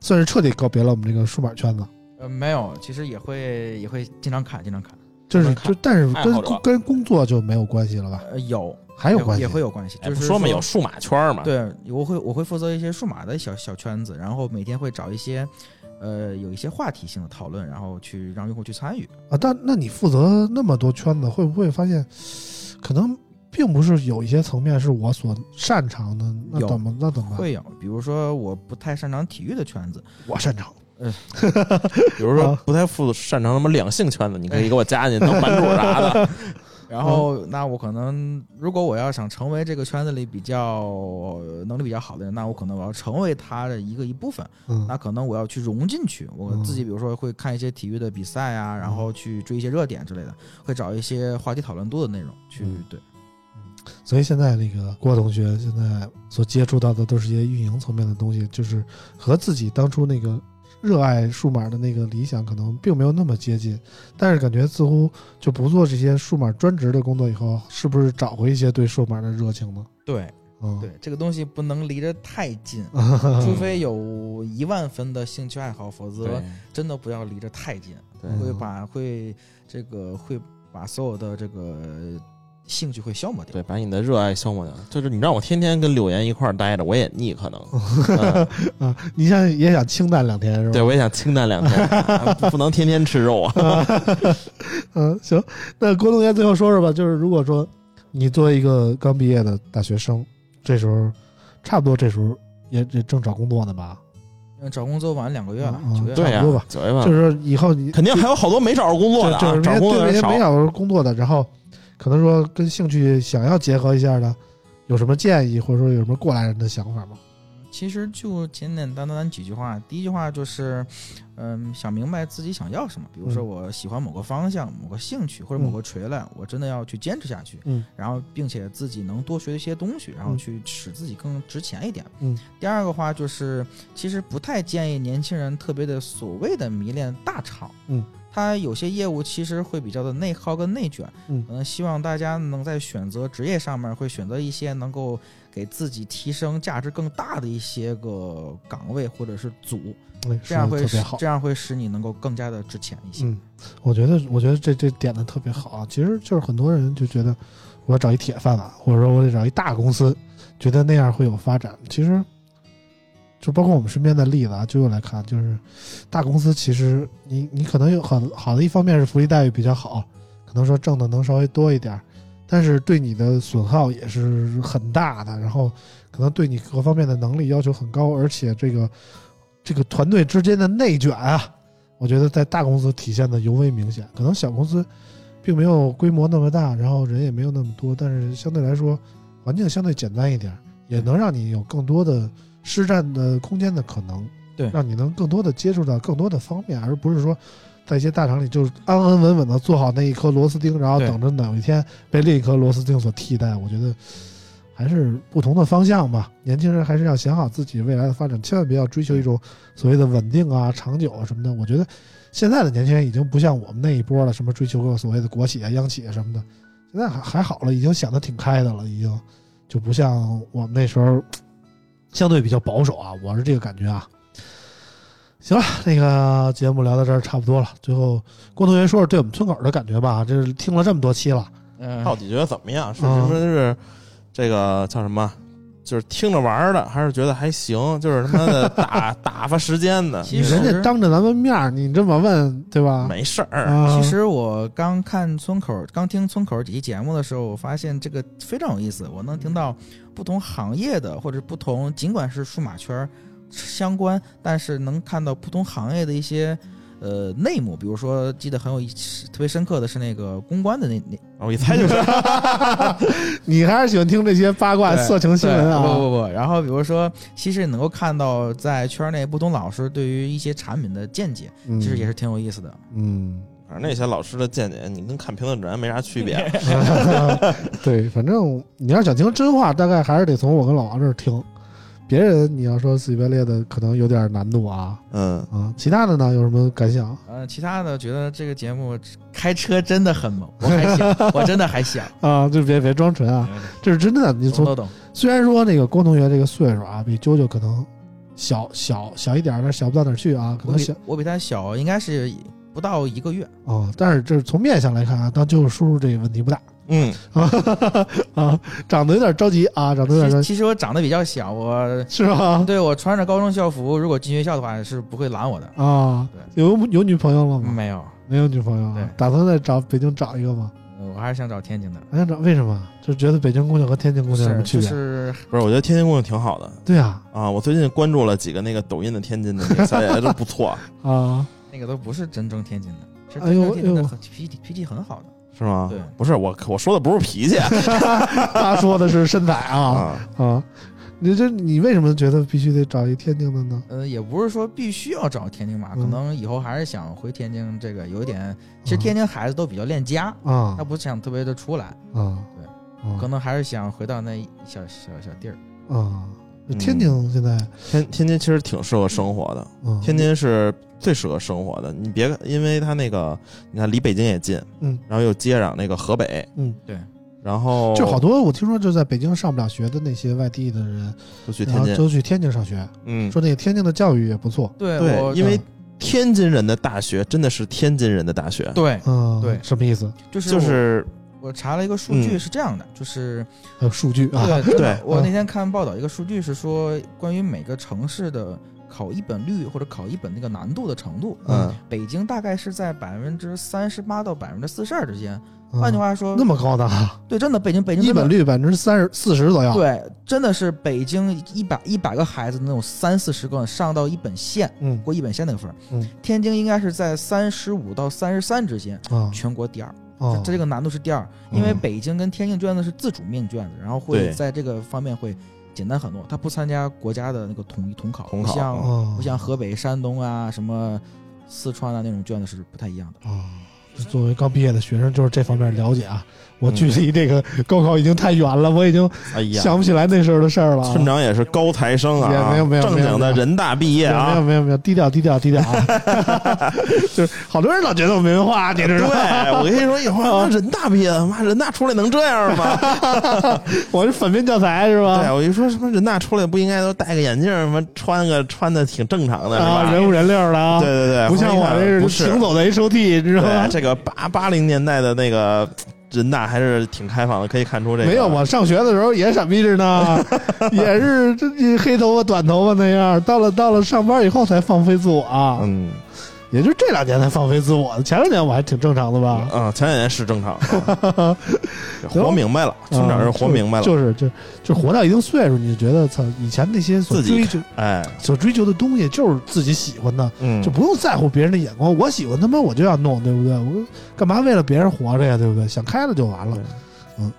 S2: 算是彻底告别了我们这个数码圈子，
S4: 呃，没有，其实也会也会经常看，经常看，
S2: 就是
S3: 慢慢看
S2: 就但是
S3: 爱
S2: 跟
S3: 好者
S2: 跟工作就没有关系了
S3: 啊
S2: 吧？
S4: 呃，有
S2: 还有
S4: 也
S2: 关系
S4: 也会有关系，
S3: 哎
S4: 就
S3: 不
S4: 是
S3: 说嘛，有数码圈儿嘛，
S4: 对，我会我会负责一些数码的小小圈子，然后每天会找一些，呃，有一些话题性的讨论，然后去让用户去参与。
S2: 啊？但那你负责那么多圈子，会不会发现可能？并不是有一些层面是我所擅长的，那
S4: 有
S2: 怎么那怎么办？
S4: 会有，比如说我不太擅长体育的圈子，
S2: 我擅长，
S3: 比如说
S2: 啊
S3: 不太负擅长什么两性圈子，你可以给我加进 去当版主啥的。
S4: 然后那我可能如果我要想成为这个圈子里比较呃能力比较好的人，那我可能我要成为他的一个一部分，
S2: 嗯
S4: 那可能我要去融进去。我
S2: 嗯
S4: 自己比如说会看一些体育的比赛啊，然后去追一些热点之类的，会找一些话题讨论度的内容去
S2: 嗯
S4: 对。
S2: 所以现在那个郭同学现在所接触到的都是一些运营层面的东西，就是和自己当初那个热爱数码的那个理想可能并没有那么接近，但是感觉似乎就不做这些数码专职的工作以后，是不是找回一些对数码的热情呢？
S4: 对
S2: 嗯，
S4: 对，这个东西不能离得太近，除非有一万分的兴趣爱好，否 则真的不要离着太近，
S3: 对
S4: 会
S2: 嗯
S4: 把会这个会把所有的这个兴趣会消磨掉
S3: 对，。把你的热爱消磨掉。就是你让我天天跟柳岩一块儿待着，我也腻，可能。嗯
S2: 啊，你想也想清淡两天是吧？
S3: 对，我也想清淡两天，啊不不能天天吃肉啊。
S2: 嗯，行，那郭同学最后说说吧，就是如果说你作为一个刚毕业的大学生，这时候差不多这时候也也正找工作呢吧？
S4: 嗯，找工作晚两个月了
S2: 嗯，嗯
S4: 九
S2: 差
S4: 月
S3: 对
S2: 不
S3: 呀
S2: 多吧，
S3: 九月份
S2: 就是以后你
S3: 肯定还有好多没找着工作的
S2: 就
S3: 啊，
S2: 是
S3: 找工作的
S2: 那
S3: 人
S2: 些
S3: 少
S2: 没。找着工作的，然后可能说跟兴趣想要结合一下的，有什么建议或者说有什么过来人的想法吗？
S4: 其实就简简单单几句话。第一句话就是，嗯，想明白自己想要什么。比如说，
S2: 嗯
S4: 我喜欢某个方向、某个兴趣或者某
S2: 嗯
S4: 个垂类，我真的要去坚持下去。
S2: 嗯，
S4: 然后并且自己能多学一些东西，然后
S2: 嗯
S4: 去使自己更值钱一点。
S2: 嗯，
S4: 第二个话就是，其实不太建议年轻人特别的所谓的迷恋大厂。
S2: 嗯。
S4: 它有些业务其实会比较的内耗跟内卷，
S2: 嗯
S4: 可能希望大家能在选择职业上面会选择一些能够给自己提升价值更大的一些个岗位或者是组，
S2: 哎
S4: 这样
S2: 说
S4: 会
S2: 得特别
S4: 使
S2: 好
S4: 这。样会使你能够更加的值钱一些。
S2: 嗯，我觉得，我觉得这这点的特别好啊。其实就是很多人就觉得，我要找一铁饭碗，或者说我得找一大公司，觉得那样会有发展。其实，就包括我们身边的例子啊，就我来看，就是大公司其实你你可能有很好的一方面是福利待遇比较好，可能说挣的能稍微多一点儿，但是对你的损耗也是很大的，然后可能对你各方面的能力要求很高，而且这个这个团队之间的内卷啊。我觉得在大公司体现的尤为明显。可能小公司并没有规模那么大，然后人也没有那么多，但是相对来说环境相对简单一点，也能让你有更多的施展的空间的可能，
S4: 对
S2: 让你能更多的接触到更多的方面，而不是说。在一些大厂里，就是安安稳稳的做好那一颗螺丝钉，然后
S4: 对
S2: 等着哪一天被另一颗螺丝钉所替代。我觉得还是不同的方向吧。年轻人还是要想好自己未来的发展，千万不要追求一种所谓的稳定啊、长久啊什么的。我觉得现在的年轻人已经不像我们那一波了，什么追求个所谓的国企啊、央企啊什么的，现在还还好了，已经想的挺开的了，已经就不像我们那时候相对比较保守啊，我是这个感觉啊。行了，那个节目聊到这儿差不多了。最后，郭同学说说对我们村口的感觉吧，这是听了这么多期了，
S4: 嗯、
S3: 到底觉得怎么样？是
S2: 嗯
S3: 什么是这个叫什么？就是听着玩儿的，还是觉得还行？就是他妈的打 打发时间的，
S4: 其实
S2: 人家当着咱们面儿，你这么问，对吧？
S3: 没事儿。
S2: 啊，
S4: 其实我刚看村口，刚听村口几期节目的时候，我发现这个非常有意思。我能听到不同行业的或者不同，尽管是数码圈儿相关，但是能看到不同行业的一些呃内幕。比如说，记得很有一特别深刻的是那个公关的那那
S3: 我一猜就是
S2: 你还是喜欢听这些八卦
S4: 对
S2: 色情新闻啊？
S4: 不不不，然后比如说，其实你能够看到在圈内不同老师对于一些产品的见解，
S2: 嗯
S4: 其实也是挺有意思的。
S2: 嗯，
S3: 反正那些老师的见解，你跟看评论员没啥区别。啊
S2: 对，反正你要想听真话，大概还是得从我跟老王这儿听，别人你要说死别列的可能有点难度啊
S3: 嗯，
S2: 啊，其他的呢有什么感想？
S4: 呃，其他的觉得这个节目开车真的很猛，我还想，我真的还想，
S2: 啊，就别别装纯啊，这是真的。你
S4: 嗯懂
S2: 从
S4: 都懂。
S2: 虽然说那个郭同学这个岁数啊，比啾啾可能小小小一点儿，但是小不到哪儿去啊，可
S4: 我
S2: 能小
S4: 比我比他小，应该是不到一个月。
S2: 哦，但是这是从面相来看啊，当舅舅叔叔这个问题不大
S3: 嗯，
S2: 啊啊，长得有点着急啊，长得有点着
S4: 其
S2: 急
S4: 其实我长得比较小，我
S2: 是吧？
S4: 对我穿着高中校服，如果进学校的话是不会拦我的。
S2: 啊，有有女朋友了吗？
S4: 没有，
S2: 没有女朋友
S4: 对
S2: 啊，打算再找北京找一个吗？
S4: 呃我还是想找天津的。
S2: 还想找为什么？就觉得北京姑娘和天津姑娘有什
S4: 是
S2: 么区
S4: 就
S2: 别？啊
S4: 是
S3: 不是，我觉得天津姑娘挺好的
S2: 对啊
S3: 啊。我最近关注了几个那个抖音的天津的那个小姐姐，都不错，
S2: 啊，
S4: 那个都不是真正天津的，是
S2: 哎呦
S4: 真正天津
S2: 哎
S4: 的
S2: 呦
S4: 很脾气脾气很好的。
S3: 是吗？
S4: 对
S3: 不是我我说的不是脾气
S2: 他说的是身材 啊
S3: 啊，
S2: 啊，你这你为什么觉得必须得找一天津的呢？
S4: 呃，也不是说必须要找天津吧，可
S2: 嗯
S4: 能以后还是想回天津。这个有点，其实
S2: 啊
S4: 天津孩子都比较恋家，
S2: 啊
S4: 他不想特别的出来，
S2: 啊，
S4: 对
S2: 啊，
S4: 可能还是想回到那一小小小地儿。
S2: 啊，
S3: 嗯
S2: 天津现在，
S3: 天天津其实挺适合生活的，
S2: 嗯，
S3: 天津是最适合生活的。你别因为它那个，你看离北京也近，
S2: 嗯，
S3: 然后又接壤那个河北，
S2: 嗯，
S4: 对，
S3: 然后
S2: 就好多我听说就在北京上不了学的那些外地的人，
S3: 就去
S2: 然
S3: 天
S2: 后
S3: 津，
S2: 都去天津上学，
S3: 嗯，
S2: 说那个天津的教育也不错，
S4: 对我
S3: 对，因为天津人的大学真的是天津人的大学，
S4: 对，
S2: 嗯，
S4: 对
S2: 什么意思？
S4: 就是
S3: 就
S4: 我
S3: 是
S4: 我查了一个数
S3: 嗯
S4: 据是这样的，就是
S2: 还有数据啊，
S4: 对真的
S3: 对
S4: 我那天看报道一个数据是说，关于每个城市的考一本率或者考一本那个难度的程度，
S3: 嗯，
S4: 北京大概是在百分之三十八到百分之四十二之间。
S2: 嗯
S4: 换句话说
S2: 那，么高呢？
S4: 对，真的北
S3: 哎
S4: 京北京
S2: 一
S4: 真的
S2: 本率百啊分之三十四十左右，
S4: 对，真的是北京一百一百个孩子那种三四十个上到一本线，
S2: 嗯
S4: 过一本线那个分儿。
S2: 嗯
S4: 天津应该是在三十五到三十三之间，
S2: 啊
S4: 全国第二。
S2: 啊
S4: 它，这个难度是第二，因为
S3: 哦嗯
S4: 北京跟天津卷子是自主命卷子，然后会
S3: 对
S4: 在这个方面会简单很多，它不参加国家的那个统一统考，
S3: 统
S4: 不
S3: 考哦
S4: 像
S2: 啊
S4: 不像河北、山东啊什么。四川啊，那种卷子是不太一样的。
S2: 啊。这作为刚毕业的学生，就是这方面了解啊。我
S3: 嗯
S2: 距离这个高考已经太远了，我已经
S3: 哎呀，
S2: 想不起来那时候的事儿了啊。
S3: 村长也是高材生啊，
S2: 也没有没有
S3: 正
S2: 没有
S3: 经
S2: 没
S3: 的
S2: 有
S3: 人大毕业
S2: 没有
S3: 啊。
S2: 没有没有，低调低调低调啊！ 就是好多人老觉得我没文化，啊你知
S3: 对，
S2: 道吗？
S3: 我跟你说，以 后要人大毕业的，妈人大出来能这样吗？
S2: 我是反面教材是吧？
S3: 对，我一说什么人大出来不应该都戴个眼镜儿，什么穿个穿的挺正常的，是吧？
S2: 啊，人五人六的啊，
S3: 对对对，
S2: 不像我
S3: 后来一看
S2: 这
S3: 不
S2: 行
S3: 是。
S2: 走的 H O T，知道吗
S3: 对，？啊这个八八零年代的那个人大还是挺开放的，可以看出这个
S2: 没有，我上学的时候也傻逼着 呢，也是这这黑头发、短头发那样。到了到了上班以后才放飞自我啊，
S3: 嗯
S2: 也就这两年才放飞自我。前两年我还挺正常的吧？
S3: 嗯，前两年是正常， 啊活明白了，村长是
S2: 啊
S3: 活明白了，
S2: 就是就是就活到一定岁数，你就觉得操，以前那些所
S3: 自己
S2: 追求
S3: 哎，
S2: 所追求的东西就是自己喜欢的，
S3: 嗯，
S2: 就不用在乎别人的眼光。我喜欢他妈我就要弄，对不对？我干嘛为了别人活着呀？对不对？想开了就完了
S3: 对。
S2: 嗯，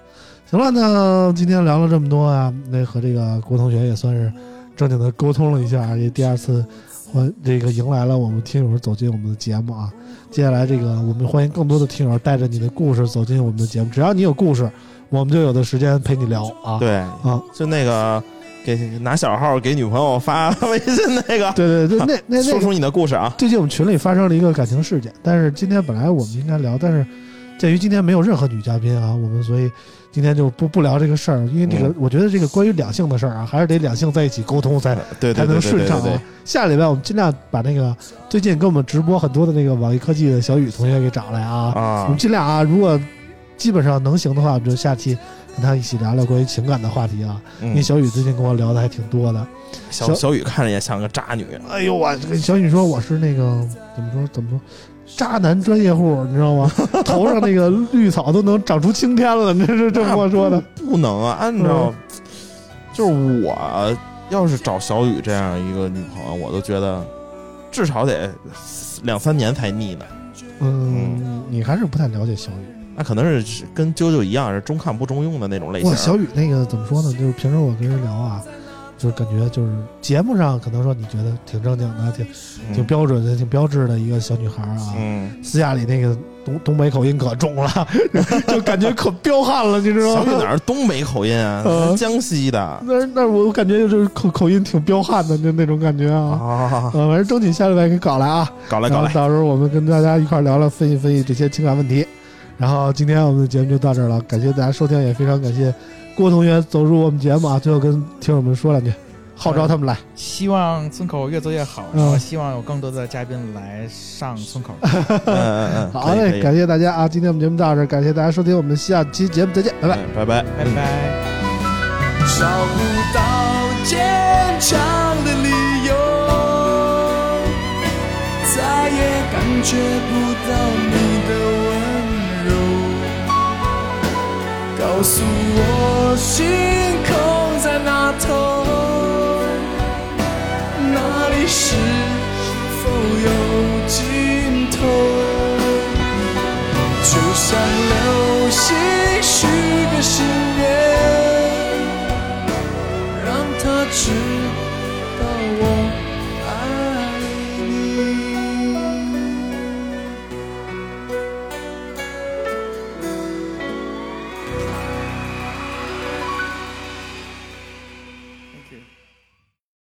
S2: 行了，那今天聊了这么多啊，那和这个郭同学也算是正经的沟通了一下，也第二次欢这个迎来了我们听友走进我们的节目啊。接下来这个我们欢迎更多的听友带着你的故事走进我们的节目，只要你有故事，我们就有的时间陪你聊啊。
S3: 对
S2: 啊，
S3: 就那个给拿小号给女朋友发 微信那个，
S2: 对对对，那那那
S3: 说
S2: 个
S3: 出你的故事啊，
S2: 最近我们群里发生了一个感情事件，但是今天本来我们应该聊，但是鉴于今天没有任何女嘉宾啊，我们所以今天就不不聊这个事儿，因为这个、
S3: 嗯
S2: 我觉得这个关于两性的事儿啊，还是得两性在一起沟通才
S3: 对
S2: 才哎
S3: 对对
S2: 能
S3: 对
S2: 顺
S3: 对
S2: 畅
S3: 对
S2: 啊
S3: 对，。
S2: 下礼拜我们尽量把那个最近跟我们直播很多的那个网易科技的小雨同学给找来啊，我
S3: 啊
S2: 们，尽量啊，如果基本上能行的话，我们就下期跟他一起聊聊关于情感的话题啊。因为
S3: 嗯
S2: 小雨最近跟我聊的还挺多的，
S3: 小
S2: 小
S3: 小雨看着也像个渣女，啊
S2: 哎呦，我跟小雨说我是那个怎么说怎么说，渣男专业户，你知道吗？ 头上那个绿草都能长出青天了，这是这么跟我说的。嗯
S3: 不能啊，按照就是我要是找小雨这样一个女朋友，我都觉得至少得两三年才腻呢。
S2: 嗯，你还是不太了解小雨。
S3: 那可能是跟啾啾一样，是中看不中用的那种类
S2: 哇，
S3: 型。
S2: 小雨那个怎么说呢？就是平时我跟人聊啊，就是感觉就是节目上可能说你觉得挺正经的、挺
S3: 嗯
S2: 挺标准的、挺标志的一个小女孩啊，
S3: 嗯，
S2: 私下里那个东东北口音可重了， 就感觉可彪悍了，你知道
S3: 小雨
S2: 吗
S3: 哪？儿东北口音啊？
S2: 嗯
S3: 江西的
S2: 那那我感觉就是口口音挺彪悍的，就那种感觉啊。
S3: 啊，
S2: 呃，反正争取下礼拜给搞来啊，
S3: 搞来
S2: 然
S3: 搞
S2: 后
S3: 来，
S2: 到时候我们跟大家一块儿聊聊，分析分析这些情感问题。然后今天我们的节目就到这儿了，感谢大家收听，也非常感谢郭同学走入我们节目啊。最后跟听友们说两句，号召他们来。
S4: 希望村口越做越好，
S2: 嗯
S4: 然后希望有更多的嘉宾来上村 口。
S3: 嗯嗯嗯，
S2: 好
S3: 可以
S2: 嘞，感谢大家啊！今天我们节目到这儿，感谢大家收听，我们下期节目再见，拜拜。
S3: 可以嗯拜拜。
S4: 拜拜。
S5: 找不到坚强的理由，再也感觉不到你的温柔。告诉我，心